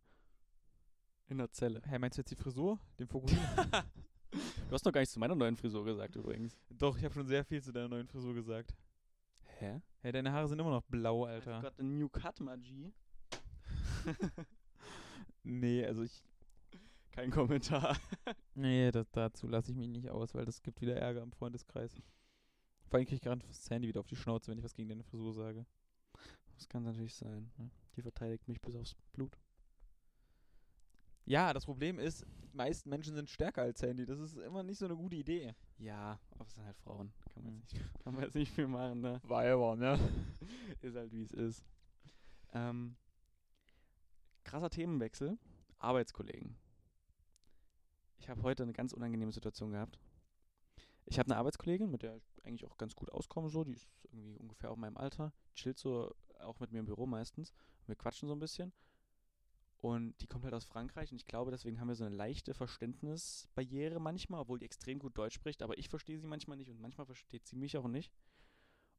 In der Zelle. hä, meinst du jetzt die Frisur? Den Fokus? Du hast noch gar nichts zu meiner neuen Frisur gesagt übrigens. Doch, ich habe schon sehr viel zu deiner neuen Frisur gesagt. Hä? Hä, deine Haare sind immer noch blau, Alter. I've got a new cut, Magie. nee, also ich Kein Kommentar. Nee, das, dazu lasse ich mich nicht aus, weil das gibt wieder Ärger im Freundeskreis. Vor allem kriege ich gerade Sandy wieder auf die Schnauze, wenn ich was gegen deine Frisur sage. Das kann natürlich sein. ne? Ja. Die verteidigt mich bis aufs Blut. Ja, das Problem ist, die meisten Menschen sind stärker als Sandy. Das ist immer nicht so eine gute Idee. Ja, aber es sind halt Frauen. Kann man jetzt nicht, kann man jetzt nicht viel machen, ne? Weiber, ne? Ist halt wie es ist. Ähm, krasser Themenwechsel. Arbeitskollegen. Ich habe heute eine ganz unangenehme Situation gehabt. Ich habe eine Arbeitskollegin, mit der ich eigentlich auch ganz gut auskomme, so, die ist irgendwie ungefähr auf meinem Alter, chillt so auch mit mir im Büro meistens. Wir quatschen so ein bisschen. Und die kommt halt aus Frankreich und ich glaube, deswegen haben wir so eine leichte Verständnisbarriere manchmal, obwohl die extrem gut Deutsch spricht, aber ich verstehe sie manchmal nicht und manchmal versteht sie mich auch nicht.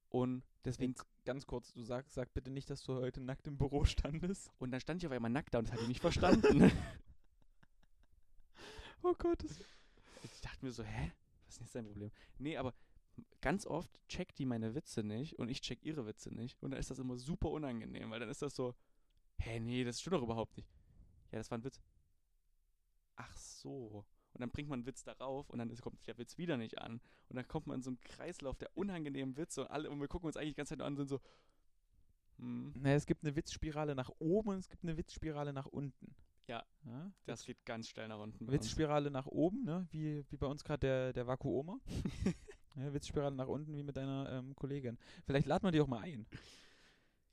Und deswegen Jetzt ganz kurz, du sag, sag bitte nicht, dass du heute nackt im Büro standest. Und dann stand ich auf einmal nackt da und das hat die nicht verstanden. ne? Oh Gott, das ich dachte mir so, hä? Was ist denn jetzt dein Problem? Nee, aber ganz oft checkt die meine Witze nicht und ich check ihre Witze nicht. Und dann ist das immer super unangenehm, weil dann ist das so, hä, nee, das stimmt doch überhaupt nicht. Ja, das war ein Witz. Ach so. Und dann bringt man einen Witz darauf und dann ist, kommt der Witz wieder nicht an. Und dann kommt man in so einen Kreislauf der unangenehmen Witze und alle, und wir gucken uns eigentlich die ganze Zeit nur an und sind so, hm, Na, es gibt eine Witzspirale nach oben und es gibt eine Witzspirale nach unten. Ja. ja? das geht ganz schnell nach unten. bei uns. Witzspirale nach oben, ne? Wie, wie bei uns gerade der, der Vakuoma. ja, Witzspirale nach unten, wie mit deiner ähm, Kollegin. Vielleicht laden wir die auch mal ein.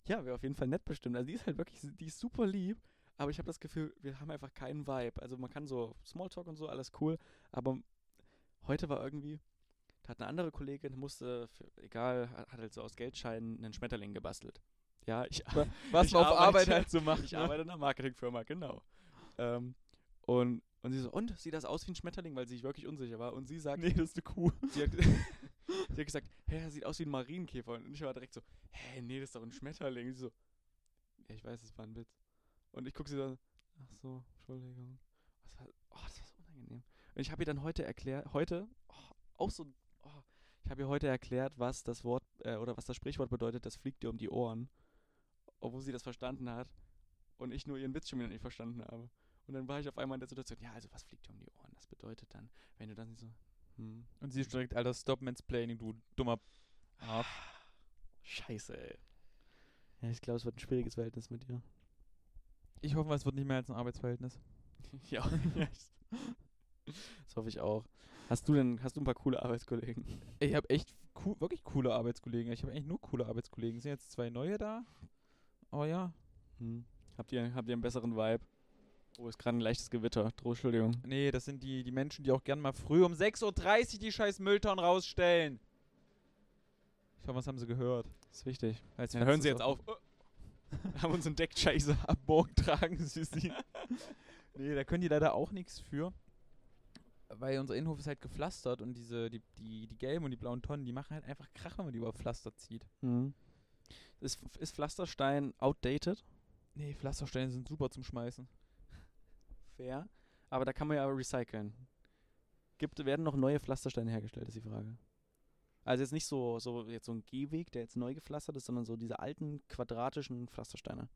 Ja, wäre auf jeden Fall nett bestimmt. Also die ist halt wirklich, s- die ist super lieb, aber ich habe das Gefühl, wir haben einfach keinen Vibe. Also man kann so Smalltalk und so, alles cool, aber heute war irgendwie, da hat eine andere Kollegin, musste, für, egal, hat hat halt so aus Geldscheinen einen Schmetterling gebastelt. Ja, ich, Was Ich man auf Arbeit arbeite- halt so macht. ich ne? arbeite in einer Marketingfirma, genau. Ähm, und, und sie so, und, sieht das aus wie ein Schmetterling, weil sie sich wirklich unsicher war. Und sie sagt, Nee, das ist eine Kuh. Sie hat, sie hat gesagt, hä, das sieht aus wie ein Marienkäfer. Und ich war direkt so, hä, nee, das ist doch ein Schmetterling. Sie so, ja, ich weiß, das war ein Witz. Und ich gucke sie dann, ach so, Entschuldigung. Das war, oh, das war so unangenehm. Und ich habe ihr dann heute erklärt, heute, oh, auch so, oh, ich habe ihr heute erklärt, was das Wort, äh, oder was das Sprichwort bedeutet, das fliegt dir um die Ohren. Obwohl sie das verstanden hat und ich nur ihren Witz schon wieder nicht verstanden habe. Und dann war ich auf einmal in der Situation, ja, also was fliegt dir um die Ohren? Das bedeutet dann, wenn du dann so, hm, Und sie ist direkt, Alter, stop mansplaining, du dummer Arsch. Scheiße, ey. Ja, ich glaube, es wird ein schwieriges Verhältnis mit dir. Ich hoffe, es wird nicht mehr als ein Arbeitsverhältnis. ja, ja, ich- das hoffe ich auch. Hast du denn, hast du ein paar coole Arbeitskollegen? Ich habe echt coo- wirklich coole Arbeitskollegen. Ich habe eigentlich nur coole Arbeitskollegen. Sind jetzt zwei neue da? Oh ja. Habt, ihr, habt ihr einen besseren Vibe? Oh, ist gerade ein leichtes Gewitter. Droh, Entschuldigung. Nee, das sind die, die Menschen, die auch gern mal früh um 6.30 Uhr die scheiß Mülltonnen rausstellen. Ich hoffe, was haben sie gehört? Ist wichtig. Als Dann hören sie jetzt Fenster auf. Äh, haben uns entdeckt, scheiße. Ab morgen tragen sie sie. nee, da können die leider auch nichts für. Weil unser Innenhof ist halt gepflastert und diese, die, die, die gelben und die blauen Tonnen, die machen halt einfach Krach, wenn man die über Pflaster zieht. Hm. Ist, ist Pflasterstein outdated? Nee, Pflastersteine sind super zum Schmeißen. Fair. Aber da kann man ja recyceln. Gibt, werden noch neue Pflastersteine hergestellt, ist die Frage. Also jetzt nicht so, so jetzt so ein Gehweg, der jetzt neu gepflastert ist, sondern so diese alten quadratischen Pflastersteine.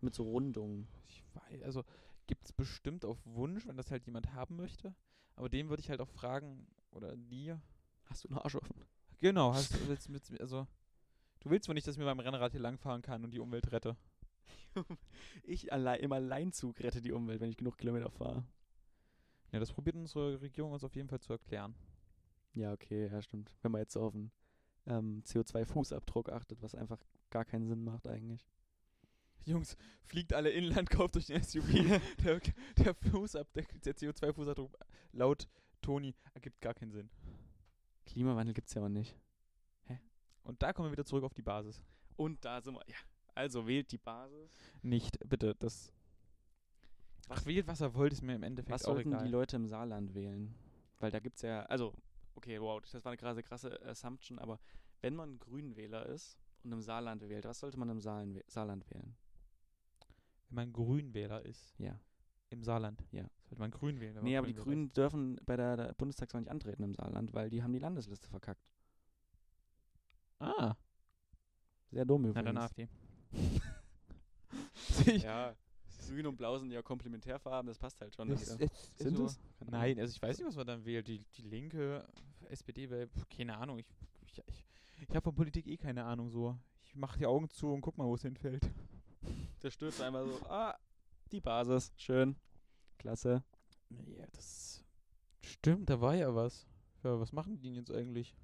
Mit so Rundungen. Ich weiß, also gibt es bestimmt auf Wunsch, wenn das halt jemand haben möchte. Aber dem würde ich halt auch fragen, oder die. Hast du einen Arsch offen? Genau, hast du jetzt mit, also. Du willst wohl nicht, dass ich mit meinem Rennrad hier langfahren kann und die Umwelt rette. Ich allein, im Alleinzug rette die Umwelt, wenn ich genug Kilometer fahre. Ja, das probiert unsere Regierung uns auf jeden Fall zu erklären. Ja, okay, ja, stimmt. Wenn man jetzt so auf den ähm, CO2-Fußabdruck achtet, was einfach gar keinen Sinn macht eigentlich. Jungs, fliegt alle inland, kauft euch ein SUV. der, der Fußabdruck, der CO2-Fußabdruck laut Toni ergibt gar keinen Sinn. Klimawandel gibt's ja auch nicht. Und da kommen wir wieder zurück auf die Basis. Und da sind wir, ja. Also wählt die Basis. Nicht, bitte, das. Ach, wählt, was er wollte, ist mir im Endeffekt Was auch sollten egal. die Leute im Saarland wählen? Weil da gibt es ja, also, okay, wow, das war eine krasse, krasse Assumption, aber wenn man Grünwähler ist und im Saarland wählt, was sollte man im Saarland, Saarland wählen? wenn man Grünwähler ist, Ja. im Saarland, Ja. sollte man grün wählen. wenn man nee, aber die Grünwähler ist. Grünen dürfen bei der, der Bundestagswahl nicht antreten im Saarland, weil die haben die Landesliste verkackt. Ah, Sehr dumm na übrigens. dann AfD. ich, Ja, Grün und Blau sind ja Komplementärfarben, das passt halt schon. es, wieder. es, also- es? Keine Ahnung. Nein, also ich weiß nicht, was man dann wählt. Die, die Linke, SPD, wählt, pf, keine Ahnung. Ich, ich, ich, ich habe von Politik eh keine Ahnung so. Ich mache die Augen zu und guck mal, wo es hinfällt. Der stürzt einmal so, ah, die Basis, schön, klasse. Ja, das stimmt, da war ja was. Ja, was machen die denn jetzt eigentlich?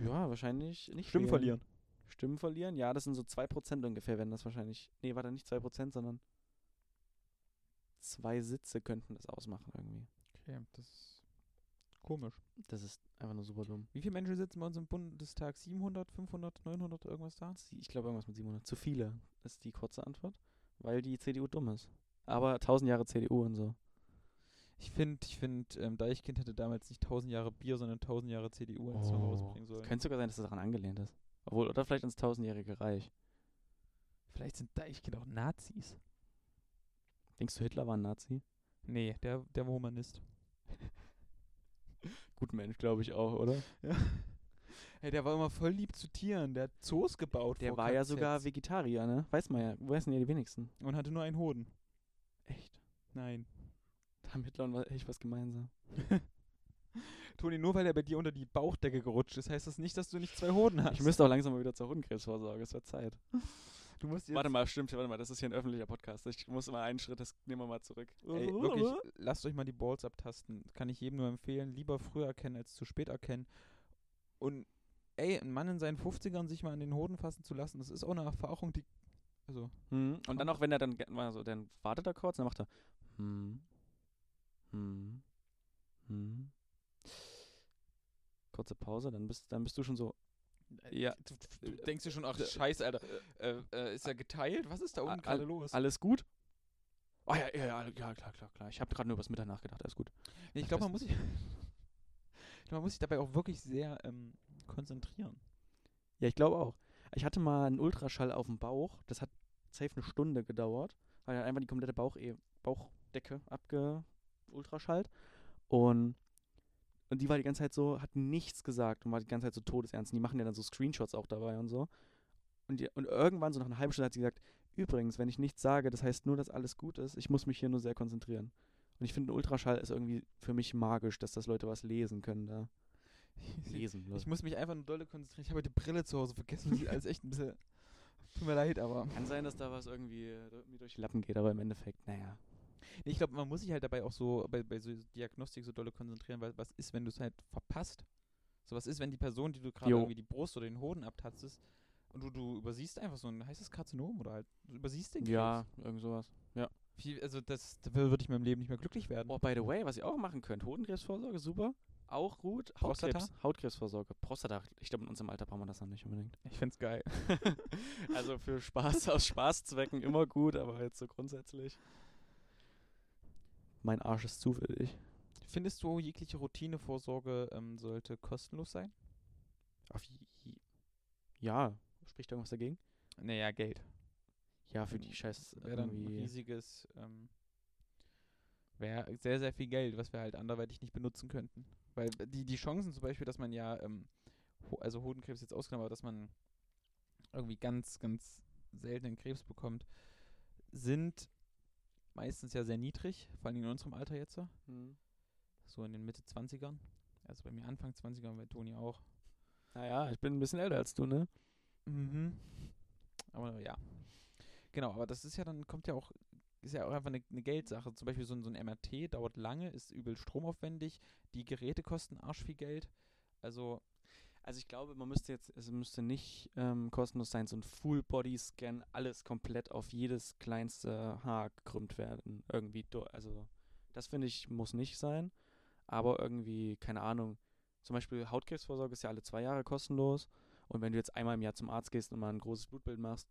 Ja, wahrscheinlich nicht Stimmen wählen. verlieren. Stimmen verlieren? Ja, das sind so 2% ungefähr, werden das wahrscheinlich. Nee, warte, nicht 2%, sondern zwei Sitze könnten das ausmachen irgendwie. Okay, das ist Komisch. Das ist einfach nur super dumm. Wie viele Menschen sitzen bei uns im Bundestag? 700, 500, 900, irgendwas da? Sie- Ich glaube, irgendwas mit 700. Zu viele ist die kurze Antwort, weil die CDU dumm ist. Aber 1000 Jahre CDU und so. Ich finde, ich find, ähm, Deichkind hätte damals nicht 1000 Jahre Bier, sondern 1000 Jahre CDU ins Song rausbringen sollen. Könnte sogar sein, dass das daran angelehnt ist. Obwohl, oder vielleicht ans tausendjährige Reich. Vielleicht sind Deichkind auch Nazis. Denkst du, Hitler war ein Nazi? Nee, der, der war Humanist. Gut Mensch, glaube ich auch, oder? Hey, der war immer voll lieb zu Tieren. Der hat Zoos gebaut. Der vor war ja KZs sogar Vegetarier, ne? Weiß man ja. Weiß denn ja die wenigsten? Und hatte nur einen Hoden. Echt? Nein. Da haben Hitler und wa- echt was gemeinsam. Toni, nur weil er bei dir unter die Bauchdecke gerutscht ist, heißt das nicht, dass du nicht zwei Hoden hast. Ich müsste auch langsam mal wieder zur Hodenkrebsvorsorge, es wird Zeit. du musst jetzt Warte mal, stimmt, warte mal, das ist hier ein öffentlicher Podcast. Ich muss immer einen Schritt, das nehmen wir mal zurück. Ey, wirklich, lasst euch mal die Balls abtasten. Kann ich jedem nur empfehlen. Lieber früh erkennen als zu spät erkennen. Und ey, ein Mann in seinen 50ern sich mal an den Hoden fassen zu lassen, das ist auch eine Erfahrung, die. Also, Mhm. Und dann Kommt. auch, wenn er dann, ge- also, dann wartet er kurz, dann macht er. Hm. Hm. Hm. Kurze Pause, dann bist, dann bist du schon so. Ja, Äh, du, denkst dir schon, ach, Scheiße, Alter. Äh, ist er geteilt? Was ist da unten unten gerade gerade los? alles gut? Ah ja, ja, ja, ja, klar, klar, klar. Ich habe gerade nur übers Mittag nachgedacht, alles gut. Nee, ich glaube, man muss sich. ich glaub, man muss sich dabei auch wirklich sehr ähm, konzentrieren. Ja, ich glaube auch. Ich hatte mal einen Ultraschall auf dem Bauch, das hat safe eine Stunde gedauert, weil er einfach die komplette Bauch eh, Bauchdecke abgeultraschallt. Und, und die war die ganze Zeit so, hat nichts gesagt und war die ganze Zeit so todesernst. Und die machen ja dann so Screenshots auch dabei und so. Und, die, und irgendwann, so nach einer halben Stunde, hat sie gesagt, übrigens, wenn ich nichts sage, das heißt nur, dass alles gut ist, ich muss mich hier nur sehr konzentrieren. Und ich finde, ein Ultraschall ist irgendwie für mich magisch, dass das Leute was lesen können da. Lesen, Ich muss mich einfach nur dolle konzentrieren. Ich habe die Brille zu Hause vergessen. Das ist alles echt ein bisschen. Tut mir leid, aber. Kann sein, dass da was irgendwie äh, mir durch die Lappen geht, aber im Endeffekt, naja. Nee, ich glaube, man muss sich halt dabei auch so bei, bei so Diagnostik so dolle konzentrieren, weil was ist, wenn du es halt verpasst? So was ist, wenn die Person, die du gerade Jo. irgendwie die Brust oder den Hoden abtastest und du, du übersiehst einfach so ein, heißt das Karzinom oder halt, du übersiehst den Ja, irgend sowas. Krebs. Wie, also das, da würde ich in meinem Leben nicht mehr glücklich werden. Oh, by the way, was ihr auch machen könnt, Hodenkrebsvorsorge, super. Auch gut. Prostata? Hautkrebs, Hautkrebsvorsorge. Prostata, ich glaube, in unserem Alter brauchen wir das noch nicht unbedingt. Ich find's geil. Also für Spaß, aus Spaßzwecken immer gut, aber jetzt so grundsätzlich. Mein Arsch ist zufällig. Findest du, jegliche Routinevorsorge ähm, sollte kostenlos sein? Auf je- ja, spricht irgendwas dagegen? Naja, Geld. Ja, für die Scheiß. Wäre dann ein irgendwie- riesiges, ähm, wäre sehr, sehr viel Geld, was wir halt anderweitig nicht benutzen könnten. Weil die, die Chancen zum Beispiel, dass man ja, ähm, ho also Hodenkrebs jetzt ausgenommen, aber dass man irgendwie ganz, ganz seltenen Krebs bekommt, sind meistens ja sehr niedrig, vor allem in unserem Alter jetzt, so, Hm. so in den Mitte 20ern. Also bei mir Anfang 20ern, bei Toni auch. Naja, ich bin ein bisschen älter als du, ne? Mhm. Aber äh, ja. Genau, aber das ist ja dann, kommt ja auch, ist ja auch einfach eine, eine Geldsache. Zum Beispiel so ein, so ein MRT dauert lange, ist übel stromaufwendig, die Geräte kosten arsch viel Geld. Also, Also ich glaube, man müsste jetzt, es müsste nicht ähm, kostenlos sein, so ein Full-Body-Scan, alles komplett auf jedes kleinste Haar gekrümmt werden. Irgendwie, do- also das finde ich, muss nicht sein. Aber irgendwie, keine Ahnung, zum Beispiel Hautkrebsvorsorge ist ja alle zwei Jahre kostenlos. Und wenn du jetzt einmal im Jahr zum Arzt gehst und mal ein großes Blutbild machst,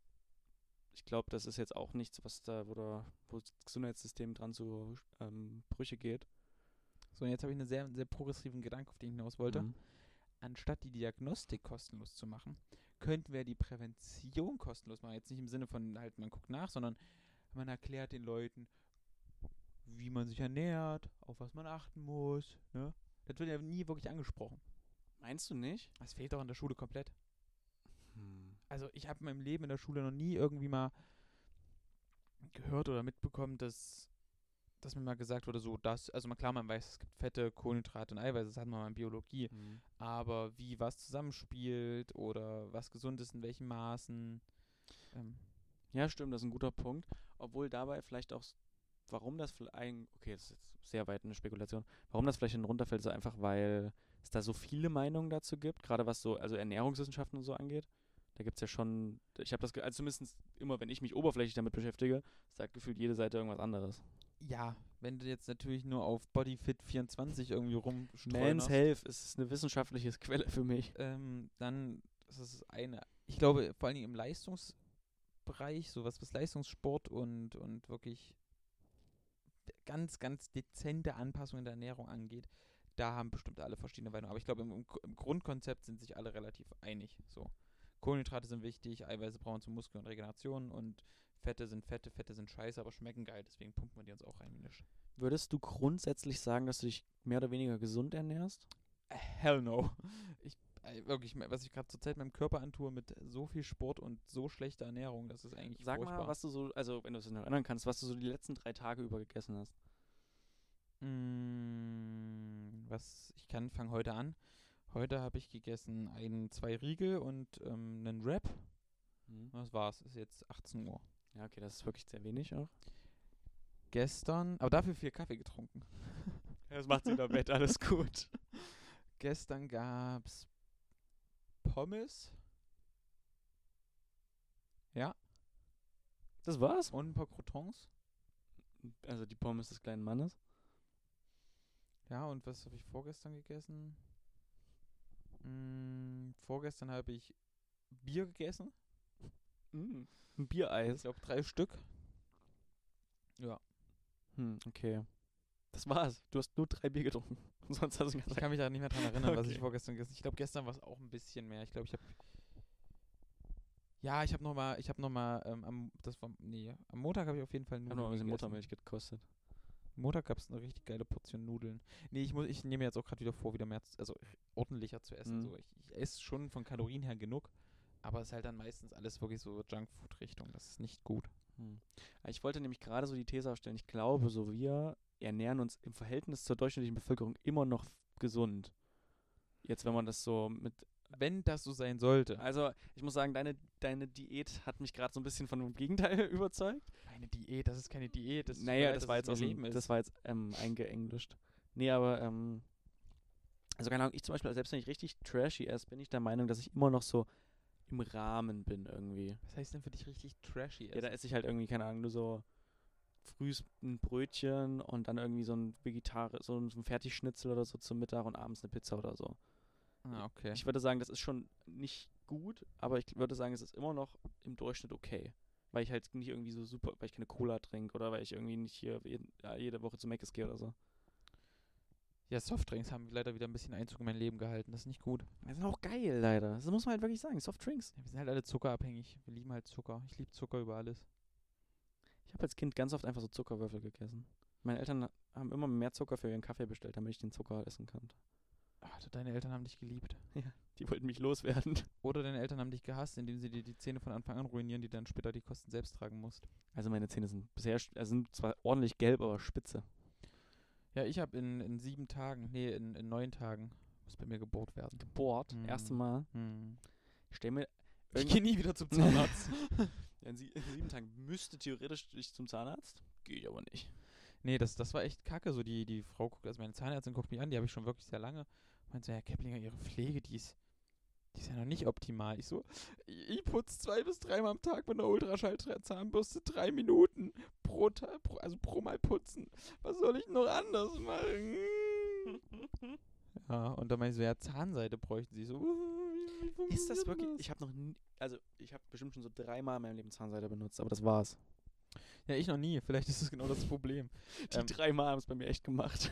ich glaube, das ist jetzt auch nichts, was da, wo, da, wo das Gesundheitssystem dran zu ähm, Brüche geht. so, und jetzt habe ich einen sehr, sehr progressiven Gedanken, auf den ich hinaus wollte. Mhm. Anstatt die Diagnostik kostenlos zu machen, könnten wir die Prävention kostenlos machen. Jetzt nicht im Sinne von halt, man guckt nach, sondern man erklärt den Leuten, wie man sich ernährt, auf was man achten muss. Ne? Das wird ja nie wirklich angesprochen. Meinst du nicht? Das fehlt doch in der Schule komplett. Hm. Also ich habe in meinem Leben in der Schule noch nie irgendwie mal gehört oder mitbekommen, dass, dass mir mal gesagt wurde, so das, also mal klar, man weiß, es gibt Fette, Kohlenhydrate und Eiweiße, das hatten wir mal in Biologie, Mhm. aber wie was zusammenspielt oder was gesund ist, in welchen Maßen. Ähm, Ja, stimmt, das ist ein guter Punkt. Obwohl dabei vielleicht auch, s- warum das vielleicht, okay, das ist jetzt sehr weit eine Spekulation, warum das vielleicht runterfällt, ist einfach, weil es da so viele Meinungen dazu gibt, gerade was so, also Ernährungswissenschaften und so angeht. Da gibt es ja schon, ich habe das, ge- also zumindest immer, wenn ich mich oberflächlich damit beschäftige, sagt gefühlt jede Seite irgendwas anderes. Ja, wenn du jetzt natürlich nur auf BodyFit24 irgendwie Man's rumstreunerst, Health ist eine wissenschaftliche Quelle für mich. ähm, dann ist es eine, ich glaube, vor allen Dingen im Leistungsbereich, sowas was Leistungssport und, und wirklich ganz, ganz dezente Anpassungen der Ernährung angeht, da haben bestimmt alle verschiedene Meinungen. Aber ich glaube, im, im Gru- im Grundkonzept sind sich alle relativ einig. So. Kohlenhydrate sind wichtig, Eiweiße brauchen zu Muskeln und Regeneration und Fette sind Fette, Fette sind scheiße, aber schmecken geil, deswegen pumpen wir die uns auch rein wie eine Sch Würdest du grundsätzlich sagen, dass du dich mehr oder weniger gesund ernährst? Hell no. Ich, äh, wirklich, me- was ich gerade zurzeit meinem Körper antue mit so viel Sport und so schlechter Ernährung, das ist eigentlich Sag furchtbar. mal, was du so, also wenn du es noch erinnern kannst, was du so die letzten drei Tage über gegessen hast. Mm, was ich kann, fang heute an. Heute habe ich gegessen ein, zwei Riegel und ähm, einen Wrap. Mhm. Und Das war's, ist jetzt 18 Uhr. Ja, okay, das ist wirklich sehr wenig auch. Gestern, aber dafür viel Kaffee getrunken. Das macht sie im Bett, alles gut. Gestern gab's Pommes Das war's. und ein paar Croutons. Also die Pommes des kleinen Mannes. Ja, und was habe ich vorgestern gegessen? Mm, vorgestern habe ich Bier gegessen. Mm. Ein Biereis. Ich glaube, drei Stück. Hm, okay. Das war's. Du hast nur drei Bier getrunken. Sonst hast du Ich ganz kann mich da nicht mehr dran erinnern, was ich Okay. vorgestern gegessen Ich glaube, gestern war es auch ein bisschen mehr. Ich glaube, ich habe. Ja, ich habe nochmal, ich habe nochmal, ähm, am, das war, nee, am Montag habe ich auf jeden Fall Ich habe Nudeln noch ein bisschen gegessen. Muttermilch gekostet. Montag gab es eine richtig geile Portion Nudeln. Nee, ich muss, ich nehme mir jetzt auch gerade wieder vor, wieder mehr, zu, also ordentlicher zu essen. Mhm. So, ich, ich esse schon von Kalorien her genug, aber es ist halt dann meistens alles wirklich so Junkfood-Richtung. Das ist nicht gut. Hm. Ich wollte nämlich gerade so die These aufstellen. Ich glaube, so wir ernähren uns im Verhältnis zur durchschnittlichen Bevölkerung immer noch gesund. Jetzt, wenn man das so mit. Wenn das so sein sollte. Also, ich muss sagen, deine, deine Diät hat mich gerade so ein bisschen von dem Gegenteil überzeugt. Eine Diät, das ist keine Diät. Das naja, das war jetzt aus aus dem- Das war jetzt ähm, eingeenglischt. Nee, aber. Ähm, also, keine Ahnung, ich zum Beispiel, selbst wenn ich richtig trashy esse, bin ich der Meinung, dass ich immer noch so im Rahmen bin irgendwie. Was heißt denn für dich richtig trashy? Ja, da esse ich halt irgendwie, keine Ahnung, nur so frühs ein Brötchen und dann irgendwie so ein Vegetar, so ein so ein Fertigschnitzel oder so zum Mittag und abends eine Pizza oder so. ah, okay. Ich würde sagen, das ist schon nicht gut, aber ich würde sagen, es ist immer noch im Durchschnitt okay. Weil ich halt nicht irgendwie so super, weil ich keine Cola trinke oder weil ich irgendwie nicht hier jeden, ja, jede Woche zu Mc's gehe oder so. Ja, Softdrinks haben leider wieder ein bisschen Einzug in mein Leben gehalten. Das ist nicht gut. Das ist auch geil, leider. Das muss man halt wirklich sagen. Softdrinks. Ja, wir sind halt alle zuckerabhängig. Wir lieben halt Zucker. Ich liebe Zucker über alles. Ich habe als Kind ganz oft einfach so Zuckerwürfel gegessen. Meine Eltern haben immer mehr Zucker für ihren Kaffee bestellt, damit ich den Zucker essen kann. Ah, deine Eltern haben dich geliebt. Die wollten mich loswerden. Oder deine Eltern haben dich gehasst, indem sie dir die Zähne von Anfang an ruinieren, die dann später die Kosten selbst tragen musst. Also meine Zähne sind bisher, sch- also sind zwar ordentlich gelb, aber spitze. Ja, ich habe in, in sieben Tagen, nee, in, in neun Tagen, muss bei mir gebohrt werden. Gebohrt, erste Hm. Mal. Hm. Mhm. Ich stelle mir, Ich Irgend- gehe nie wieder zum Zahnarzt. in, sie in sieben Tagen müsste theoretisch ich zum Zahnarzt. Geht aber nicht. nee, das, das war echt kacke. So die, die Frau guckt, also meine Zahnärztin guckt mich an, die habe ich schon wirklich sehr lange. Meint so, Herr Keplinger, Ihre Pflege, die ist, die ist ja noch nicht optimal. Ich so, ich putze zwei bis dreimal am Tag mit einer Ultraschallzahnbürste drei Minuten pro Tag, pro, also pro Mal putzen. Was soll ich noch anders machen? Ja, und dann meinte ich so, ja, Zahnseide bräuchten sie. Ich So, wie funktioniert Ist das wirklich, das? ich habe noch nie, also ich habe bestimmt schon so dreimal in meinem Leben Zahnseide benutzt, aber das war's. Ja, ich noch nie. Vielleicht ist das genau das Problem. Die Ähm. dreimal haben es bei mir echt gemacht.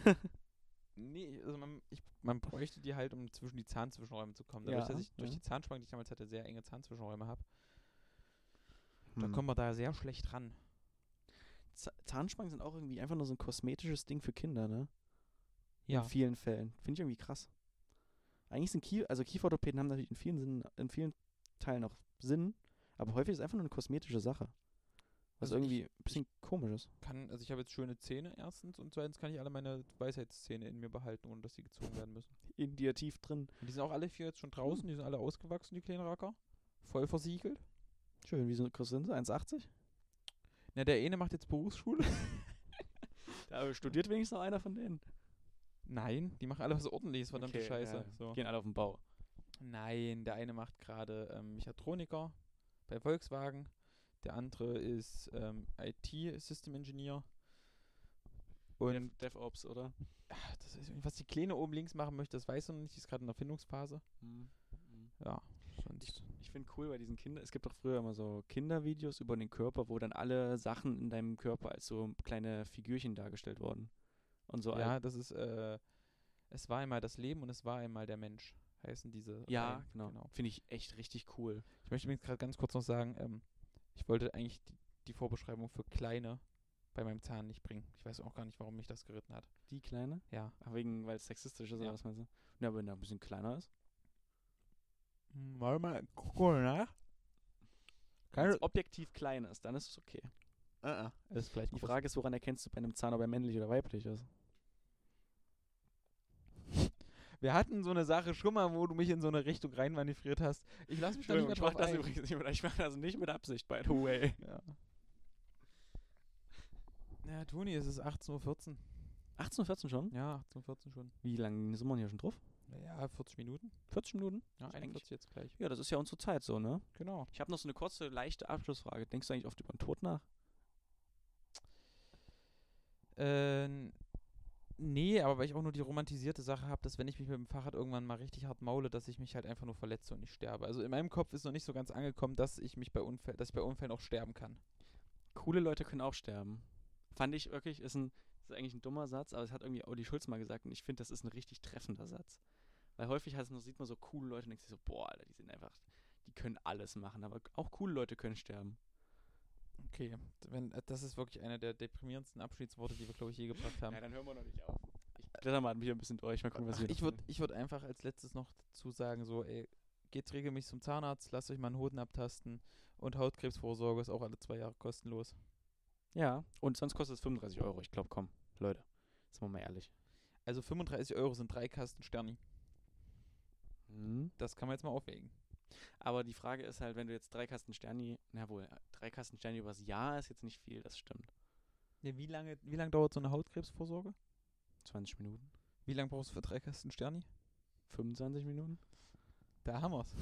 Nee, also man, ich, man bräuchte die halt, um zwischen die Zahnzwischenräume zu kommen. Dadurch, Ja, dass ich durch ja. die Zahnspange, die ich damals hatte, sehr enge Zahnzwischenräume habe. Da Hm. kommen wir da sehr schlecht ran. Z Zahnspangen sind auch irgendwie einfach nur so ein kosmetisches Ding für Kinder, ne? Ja. In vielen Fällen. Finde ich irgendwie krass. Eigentlich sind Kie also Kieferorthopäden haben natürlich in vielen Sinnen, in vielen Teilen auch Sinn, aber häufig ist es einfach nur eine kosmetische Sache. Was Also ich- irgendwie ein bisschen komisch ist. Kann, also ich habe jetzt schöne Zähne erstens und zweitens kann ich alle meine Weisheitszähne in mir behalten, ohne dass sie gezogen werden müssen. Hm. In dir tief drin. Und die sind auch alle vier jetzt schon draußen, die sind alle ausgewachsen, die kleinen Racker. Voll versiegelt. Schön, wie so groß sind sie? 1,80? Na, der eine macht jetzt Berufsschule. Da studiert wenigstens noch einer von denen. Nein, die machen alle was ordentliches, verdammte Okay, Scheiße. ja. So. Gehen alle auf den Bau. Nein, der eine macht gerade ähm, Mechatroniker bei Volkswagen, der andere ist ähm, IT-System Engineer Und Dev, DevOps, oder? ach, das ist, irgendwie- was die Kleine oben links machen möchte, das weiß ich noch nicht. Die ist gerade in der Findungsphase. Hm, hm. Ja. sonst- Ich finde cool bei diesen Kindern, es gibt doch früher immer so Kindervideos über den Körper, wo dann alle Sachen in deinem Körper als so kleine Figürchen dargestellt wurden. Und so ja, das ist, äh, es war einmal das Leben und es war einmal der Mensch. Heißen diese. Ja, Reihen, genau. Finde ich echt richtig cool. Ich möchte übrigens gerade ganz kurz noch sagen, ähm, ich wollte eigentlich die, die Vorbeschreibung für Kleine bei meinem Zahn nicht bringen. Ich weiß auch gar nicht, warum mich das geritten hat. Die kleine? Ja. Ach, wegen, weil es sexistisch ist, Ja. oder was meinst du? Na, wenn er ein bisschen kleiner ist. Mal Hm, mal gucken, ne? Wenn Keine. es objektiv klein ist, dann ist es okay. Ist vielleicht Die Frage ist, woran erkennst du bei einem Zahn, ob er männlich oder weiblich ist? Wir hatten so eine Sache schon mal, wo du mich in so eine Richtung reinmanövriert hast. Ich lasse mich da nicht mehr ich mach drauf das ein. übrigens nicht mit, ich mach das nicht mit Absicht, by the way. Ja. Ja, Toni, es ist 18.14 Uhr. 18.14 Uhr schon? Ja, 18.14 Uhr schon. Wie lange sind wir denn hier schon drauf? Ja, 40 Minuten. 40 Minuten? Ja, Ist eigentlich- 41 jetzt gleich. Ja, das ist ja unsere Zeit so, ne? Genau. Ich habe noch so eine kurze, leichte Abschlussfrage. Denkst du eigentlich oft über den Tod nach? Äh, nee, aber weil ich auch nur die romantisierte Sache habe, dass wenn ich mich mit dem Fahrrad irgendwann mal richtig hart maule, dass ich mich halt einfach nur verletze und nicht sterbe. Also in meinem Kopf ist noch nicht so ganz angekommen, dass ich mich bei Unfällen, dass ich bei Unfällen auch sterben kann. Coole Leute können auch sterben. Fand ich wirklich, ist, ein, ist eigentlich ein dummer Satz, aber es hat irgendwie Audi Schulz mal gesagt und ich finde, das ist ein richtig treffender Satz. Weil häufig heißt es nur, sieht man so coole Leute und denkt sich so, boah, Alter, die sind einfach, die können alles machen, aber auch coole Leute können sterben. Okay, wenn, äh, das ist wirklich einer der deprimierendsten Abschiedsworte, die wir, glaube ich, je gebracht haben. dann hören wir noch nicht auf. Ich kletter mal wieder ein bisschen durch, mal gucken, was Ach, wir ich würde ich würd einfach als letztes noch dazu sagen, so, ey, geht regelmäßig zum Zahnarzt, lasst euch mal einen Hoden abtasten und Hautkrebsvorsorge ist auch alle zwei Jahre kostenlos. Ja, und sonst kostet es 35 Euro. Ich glaube, komm, Leute, sind wir mal ehrlich. Also 35 Euro sind drei Kasten Sterni. Hm? Das kann man jetzt mal aufwägen. Aber die Frage ist halt, wenn du jetzt drei Kasten Sterni, na wohl, drei Kasten Sterni übers Jahr ist jetzt nicht viel, das stimmt. Ja, wie lange wie lang dauert so eine Hautkrebsvorsorge? 20 Minuten, Wie lange brauchst du für drei Kasten Sterni? 25 Minuten. Da haben wir's.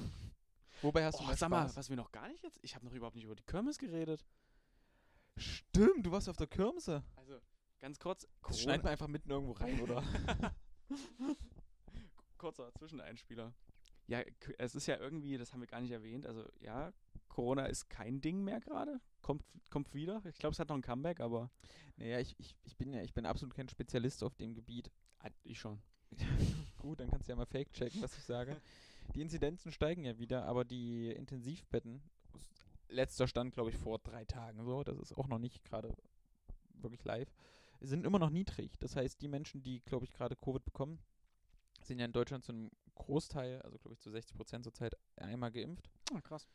Wobei hast du Oh, mal sag mal, Spaß? was wir noch gar nicht jetzt, ich habe noch überhaupt nicht über die Kirmes geredet. Stimmt, du warst auf der Kirmse. Also, ganz kurz, Das schneiden wir einfach mitten irgendwo rein, oder? kurzer Zwischeneinspieler. Ja, k- es ist ja irgendwie, das haben wir gar nicht erwähnt, also ja, Corona ist kein Ding mehr gerade, kommt, kommt wieder. Ich glaube, es hat noch ein Comeback, aber naja, ich, ich, ich bin ja, ich bin absolut kein Spezialist auf dem Gebiet. Ah, ich schon. Gut, dann kannst du ja mal fake checken, was ich sage. Die Inzidenzen steigen ja wieder, aber die Intensivbetten, s- letzter Stand, glaube ich, vor drei Tagen so, das ist auch noch nicht gerade wirklich live, sind immer noch niedrig. Das heißt, die Menschen, die, glaube ich, gerade Covid bekommen, sind ja in Deutschland zu einem Großteil, also glaube ich zu 60 Prozent zurzeit, einmal geimpft. Ah, krass.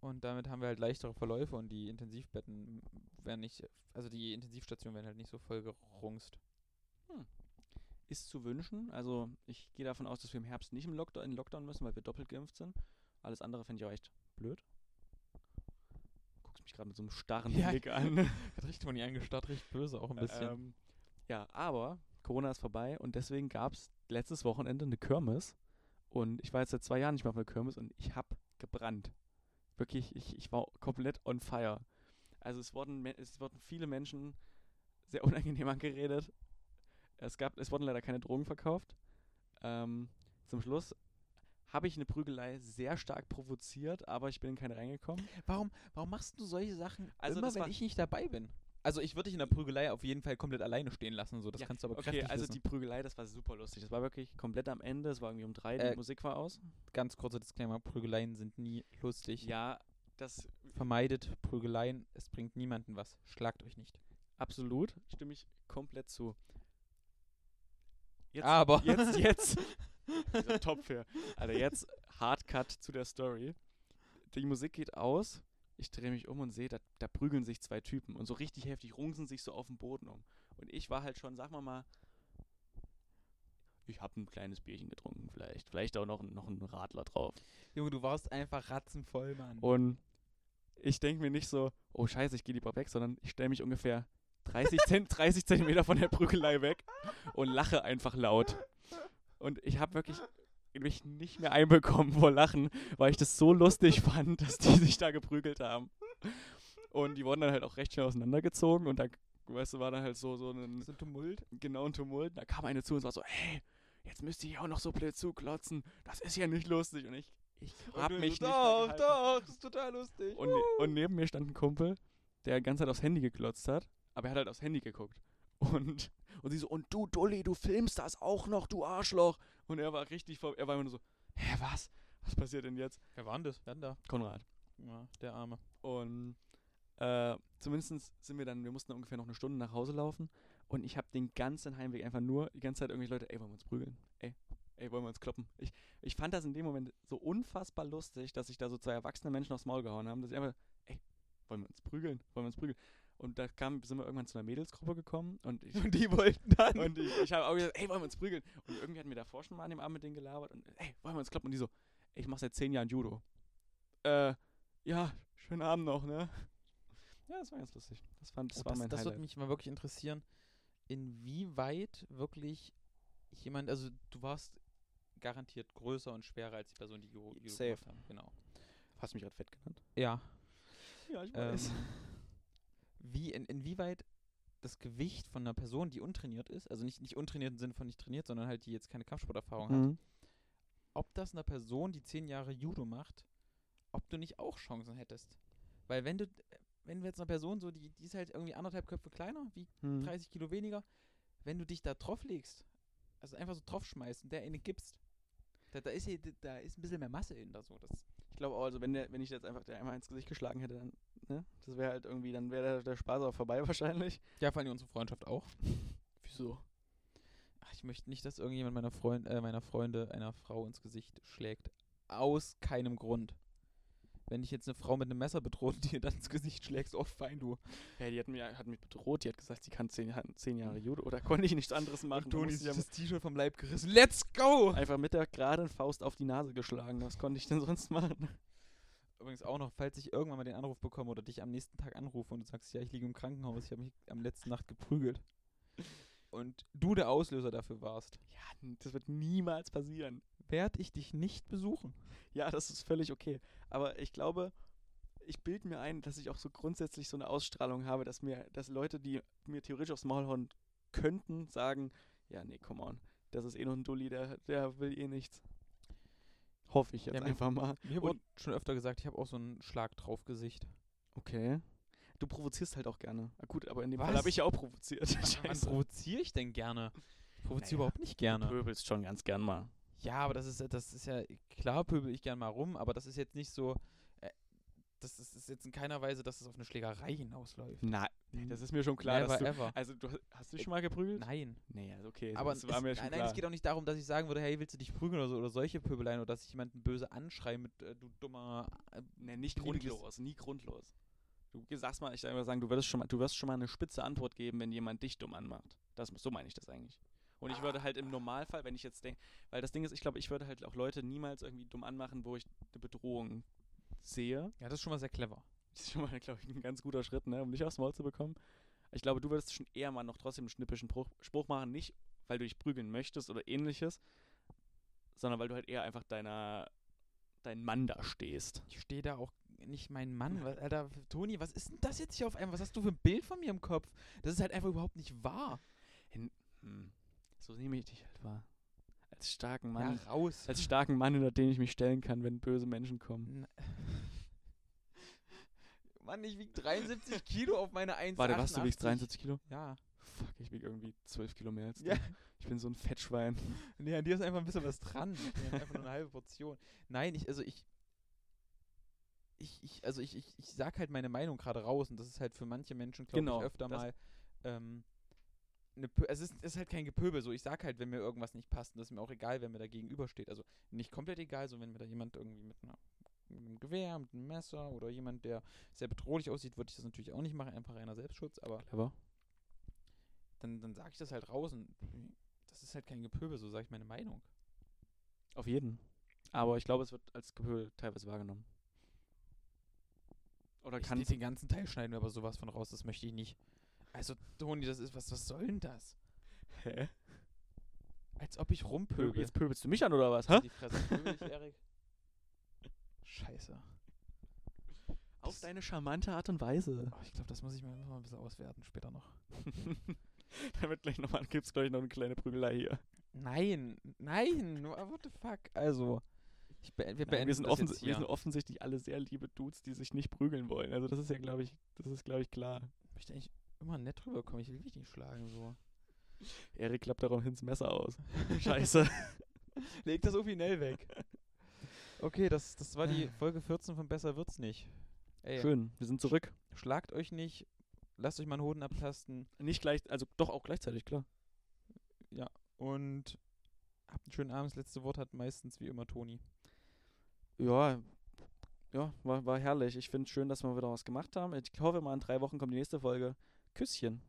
Und damit haben wir halt leichtere Verläufe und die Intensivbetten werden nicht, also die Intensivstationen werden halt nicht so voll gerungst. ist zu wünschen. Also ich gehe davon aus, dass wir im Herbst nicht im Lockdown, in Lockdown müssen, weil wir doppelt geimpft sind. Alles andere fände ich auch echt blöd. Guckst mich gerade mit so einem starren Ja, Blick an. Hat richtig von ihr angestarrt, richtig böse auch ein bisschen. Ähm, ja, aber Corona ist vorbei und deswegen gab es letztes Wochenende eine Kirmes. Und ich war jetzt seit zwei Jahren nicht mehr auf einer Kirmes und ich habe gebrannt. Wirklich, ich, ich war komplett on fire. Also es wurden, me- es wurden viele Menschen sehr unangenehm angeredet. Es, gab, es wurden leider keine Drogen verkauft. Ähm, zum Schluss habe ich eine Prügelei sehr stark provoziert, aber ich bin in keine reingekommen. Warum, warum machst du solche Sachen Also immer, das wenn war- ich nicht dabei bin? Also ich würde dich in der Prügelei auf jeden Fall komplett alleine stehen lassen, so das Ja, kannst du aber Okay, kräftig also wissen. die Prügelei, das war super lustig. Das war wirklich komplett am Ende. Es war irgendwie um drei, Äh, die Musik war aus. Ganz kurzer Disclaimer, Prügeleien sind nie lustig. Ja, das Vermeidet Prügeleien, es bringt niemanden was. Schlagt euch nicht. absolut, stimme ich komplett zu. Jetzt, aber jetzt, jetzt. Dieser Topf hier. Alter, jetzt Hardcut zu der Story. Die Musik geht aus. Ich drehe mich um und sehe, da, da prügeln sich zwei Typen und so richtig heftig rungsen sich so auf dem Boden um. Und ich war halt schon, sag mal mal, ich habe ein kleines Bierchen getrunken, vielleicht. Vielleicht auch noch, ein- noch einen Radler drauf. Junge, du warst einfach ratzenvoll, Mann. Und ich denke mir nicht so, oh scheiße, ich gehe lieber weg, sondern ich stelle mich ungefähr 30, Zent 30 Zentimeter von der Prügelei weg und lache einfach laut. Und ich habe wirklich mich nicht mehr einbekommen vor Lachen, weil ich das so lustig fand, dass die sich da geprügelt haben. Und die wurden dann halt auch recht schnell auseinandergezogen und da weißt du, war dann halt so, so ein, So ein Tumult. genau ein Tumult. Da kam eine zu und war so, hey, jetzt müsst ihr hier auch noch so blöd zuklotzen. Das ist ja nicht lustig. Und ich, ich hab du mich so, nicht Doch, mehr gehalten. doch, das ist total lustig. Und, ne- und neben mir stand ein Kumpel, der die ganze Zeit aufs Handy geklotzt hat, aber er hat halt aufs Handy geguckt. Und, und sie so, und du Dulli, du filmst das auch noch, du Arschloch. Und er war richtig, ver- er war immer nur so, hä, was? Was passiert denn jetzt? Wer war denn das? Wer denn da? Konrad. Ja, der Arme. Und äh, zumindest sind wir dann, wir mussten ungefähr noch eine Stunde nach Hause laufen. Und ich habe den ganzen Heimweg einfach nur die ganze Zeit irgendwelche Leute, ey, wollen wir uns prügeln? Ey, ey, wollen wir uns kloppen? Ich, ich fand das in dem Moment so unfassbar lustig, dass sich da so zwei erwachsene Menschen aufs Maul gehauen haben, dass ich einfach, ey, wollen wir uns prügeln? Wollen wir uns prügeln? Und da kam, sind wir irgendwann zu einer Mädelsgruppe gekommen und ich, Und die wollten dann. und ich, ich habe auch gesagt, ey, wollen wir uns prügeln? Und irgendwie hatten wir davor schon mal an dem Abend mit denen gelabert und ey, wollen wir uns kloppen? Und die so, ey, ich mache seit zehn Jahren Judo. Äh, ja, schönen Abend noch, ne? Ja, das war ganz lustig. Das, fand, das Oh, war das mein das würde Highlight. mich mal wirklich interessieren, inwieweit wirklich jemand, also du warst garantiert größer und schwerer als die Person, die Judo Judo Safe. gemacht haben. Genau. Hast du mich gerade fett genannt? Ja. Ja, ich Ähm, wie, in, inwieweit das Gewicht von einer Person, die untrainiert ist, also nicht, nicht untrainiert im Sinne von nicht trainiert, sondern halt die jetzt keine Kampfsporterfahrung hat, Mhm. ob das einer Person, die zehn Jahre Judo macht, ob du nicht auch Chancen hättest. Weil wenn du, wenn wir jetzt einer Person so, die, die ist halt irgendwie anderthalb Köpfe kleiner, wie Mhm. 30 Kilo weniger, wenn du dich da drauf legst, also einfach so drauf schmeißt und der eine gibst, da, da, ist, ja- da ist ein bisschen mehr Masse in da so. Das, Ich glaube auch, also wenn, der, wenn ich jetzt einfach der einmal ins Gesicht geschlagen hätte, dann, ne? Das wäre halt irgendwie, dann wäre der, der Spaß auch vorbei wahrscheinlich. ja, vor allem unsere Freundschaft auch. Wieso? Ach, ich möchte nicht, dass irgendjemand meiner, Freund, äh, meiner Freunde einer Frau ins Gesicht schlägt. Aus keinem Grund. Wenn ich jetzt eine Frau mit einem Messer bedroht und dir dann ins Gesicht schlägst, oh fein du. Ja, die hat, mir, hat mich bedroht, die hat gesagt, sie kann zehn, hat zehn Jahre Judo oder konnte ich nichts anderes machen. da musste ich Mhm. ja- T-Shirt vom Leib gerissen. Let's go! Einfach mit der geraden Faust auf die Nase geschlagen. Was konnte ich denn sonst machen? Übrigens auch noch, falls ich irgendwann mal den Anruf bekomme oder dich am nächsten Tag anrufe und du sagst, ja, ich liege im Krankenhaus, ich habe mich am letzten Nacht geprügelt. Und du der Auslöser dafür warst, Ja, n- das wird niemals passieren. werd ich dich nicht besuchen. Ja, das ist völlig okay. Aber ich glaube, ich bilde mir ein, dass ich auch so grundsätzlich so eine Ausstrahlung habe, dass mir, dass Leute, die mir theoretisch aufs Maul hauen könnten, sagen, ja, nee, come on, das ist eh nur ein Dulli, der, der will eh nichts. Hoffe ich jetzt Ja, mir- einfach mal. Mir wurde schon öfter gesagt, ich habe auch so einen Schlag drauf Gesicht. Okay. Du provozierst halt auch gerne. Ah, Gut, aber in dem Fall Was? habe ich ja auch provoziert. Wann Scheiße. provoziere ich denn gerne? Ich provoziere Naja, überhaupt nicht gerne. Pöbelst schon ganz gern mal. Ja, aber das ist, ja- das ist ja, klar pöbel ich gern mal rum, aber das ist jetzt nicht so, äh, das ist, ist jetzt in keiner Weise, dass es auf eine Schlägerei hinausläuft. Na, Hm. das ist mir schon klar, Never dass du ever. Also, du hast- hast du dich schon mal geprügelt? Nein. Nee, also okay. Aber das es, war mir nein, schon nein, klar. es geht auch nicht darum, dass ich sagen würde, hey, willst du dich prügeln oder so oder solche Pöbeleien oder dass ich jemanden böse anschreie mit äh, du dummer. Äh, nee, nicht beliebiges- grundlos, nie grundlos. Du sagst mal, ich würde sagen, du würdest schon mal, du wirst schon mal eine spitze Antwort geben, wenn jemand dich dumm anmacht. Das, so meine ich das eigentlich. Und ich würde halt im Normalfall, wenn ich jetzt denke, weil das Ding ist, ich glaube, ich würde halt auch Leute niemals irgendwie dumm anmachen, wo ich eine Bedrohung sehe. ja, das ist schon mal sehr clever. Das ist schon mal, glaube ich, ein ganz guter Schritt, ne, um dich aufs Maul zu bekommen. Ich glaube, du würdest schon eher mal noch trotzdem einen schnippischen Spruch, Spruch machen, nicht weil du dich prügeln möchtest oder ähnliches, sondern weil du halt eher einfach deiner, dein Mann da stehst. Ich stehe da auch nicht mein Hm. Mann. Was, Alter, Toni, was ist denn das jetzt hier auf einmal? Was hast du für ein Bild von mir im Kopf? Das ist halt einfach überhaupt nicht wahr. Hm. So nehme ich dich halt wahr. Als starken Ja, Mann. Also raus. Als starken Mann, hinter den ich mich stellen kann, wenn böse Menschen kommen. Na- Mann, ich wiege 73 Kilo auf meine 1,88. Warte, was? Du wiegst 73 Kilo? Ja. Fuck, ich wiege irgendwie 12 Kilo mehr als du. Ja. Ich bin so ein Fettschwein. Nee, an dir ist einfach ein bisschen was dran. Mir hat einfach nur eine halbe Portion. Nein, ich, also ich. Ich, ich, also ich, ich, ich sag halt meine Meinung gerade raus und das ist halt für manche Menschen, glaube Genau, ich, öfter das- mal. Ähm, eine Pö- es, ist, es ist halt kein Gepöbel, so ich sag halt, wenn mir irgendwas nicht passt und das ist mir auch egal, wer mir da gegenübersteht. Also nicht komplett egal, so wenn mir da jemand irgendwie mit, einer, mit einem Gewehr, mit einem Messer oder jemand, der sehr bedrohlich aussieht, würde ich das natürlich auch nicht machen, einfach reiner Selbstschutz, aber Clever. dann, dann sage ich das halt raus und das ist halt kein Gepöbel, so sage ich meine Meinung. Auf jeden. Aber ich glaube, es wird als Gepöbel teilweise wahrgenommen. Oder Ich kann den ganzen Teil schneiden wir aber sowas von raus, das möchte ich nicht. Also, Toni, das ist was, was soll denn das? Hä? Als ob ich rumpöbel. Jetzt pöbelst du mich an oder was? Hä? Die Fresse, pöbel ich, Erik. Scheiße. Auf Das- deine charmante Art und Weise. Oh, ich glaube, das muss ich mir muss man ein bisschen auswerten später noch. Damit gleich nochmal gibt's gleich noch eine kleine Prügelei hier. Nein, nein, nur- ah, what the fuck. Also, ich bee- wir Nein, beenden wir, sind das jetzt offens- wir sind hier. offensichtlich alle sehr liebe Dudes, die sich nicht prügeln wollen. Also das ist ja, glaube ich, das ist, glaube ich, klar. Ich möchte eigentlich immer nett rüberkommen. Ich will mich nicht schlagen so. Erik klappt daraufhin das Messer aus. Scheiße. Leg das Opinel weg. Okay, das, das war die Folge 14 von Besser wird's nicht. Ey, Schön, wir sind zurück. schlagt euch nicht, lasst euch mal einen Hoden abtasten Nicht gleich, also doch auch gleichzeitig, klar. und habt einen schönen Abend. Das letzte Wort hat meistens wie immer Toni. Ja, ja, war, war herrlich. Ich finde es schön, dass wir wieder was gemacht haben. Ich hoffe mal, in drei Wochen kommt die nächste Folge. Küsschen.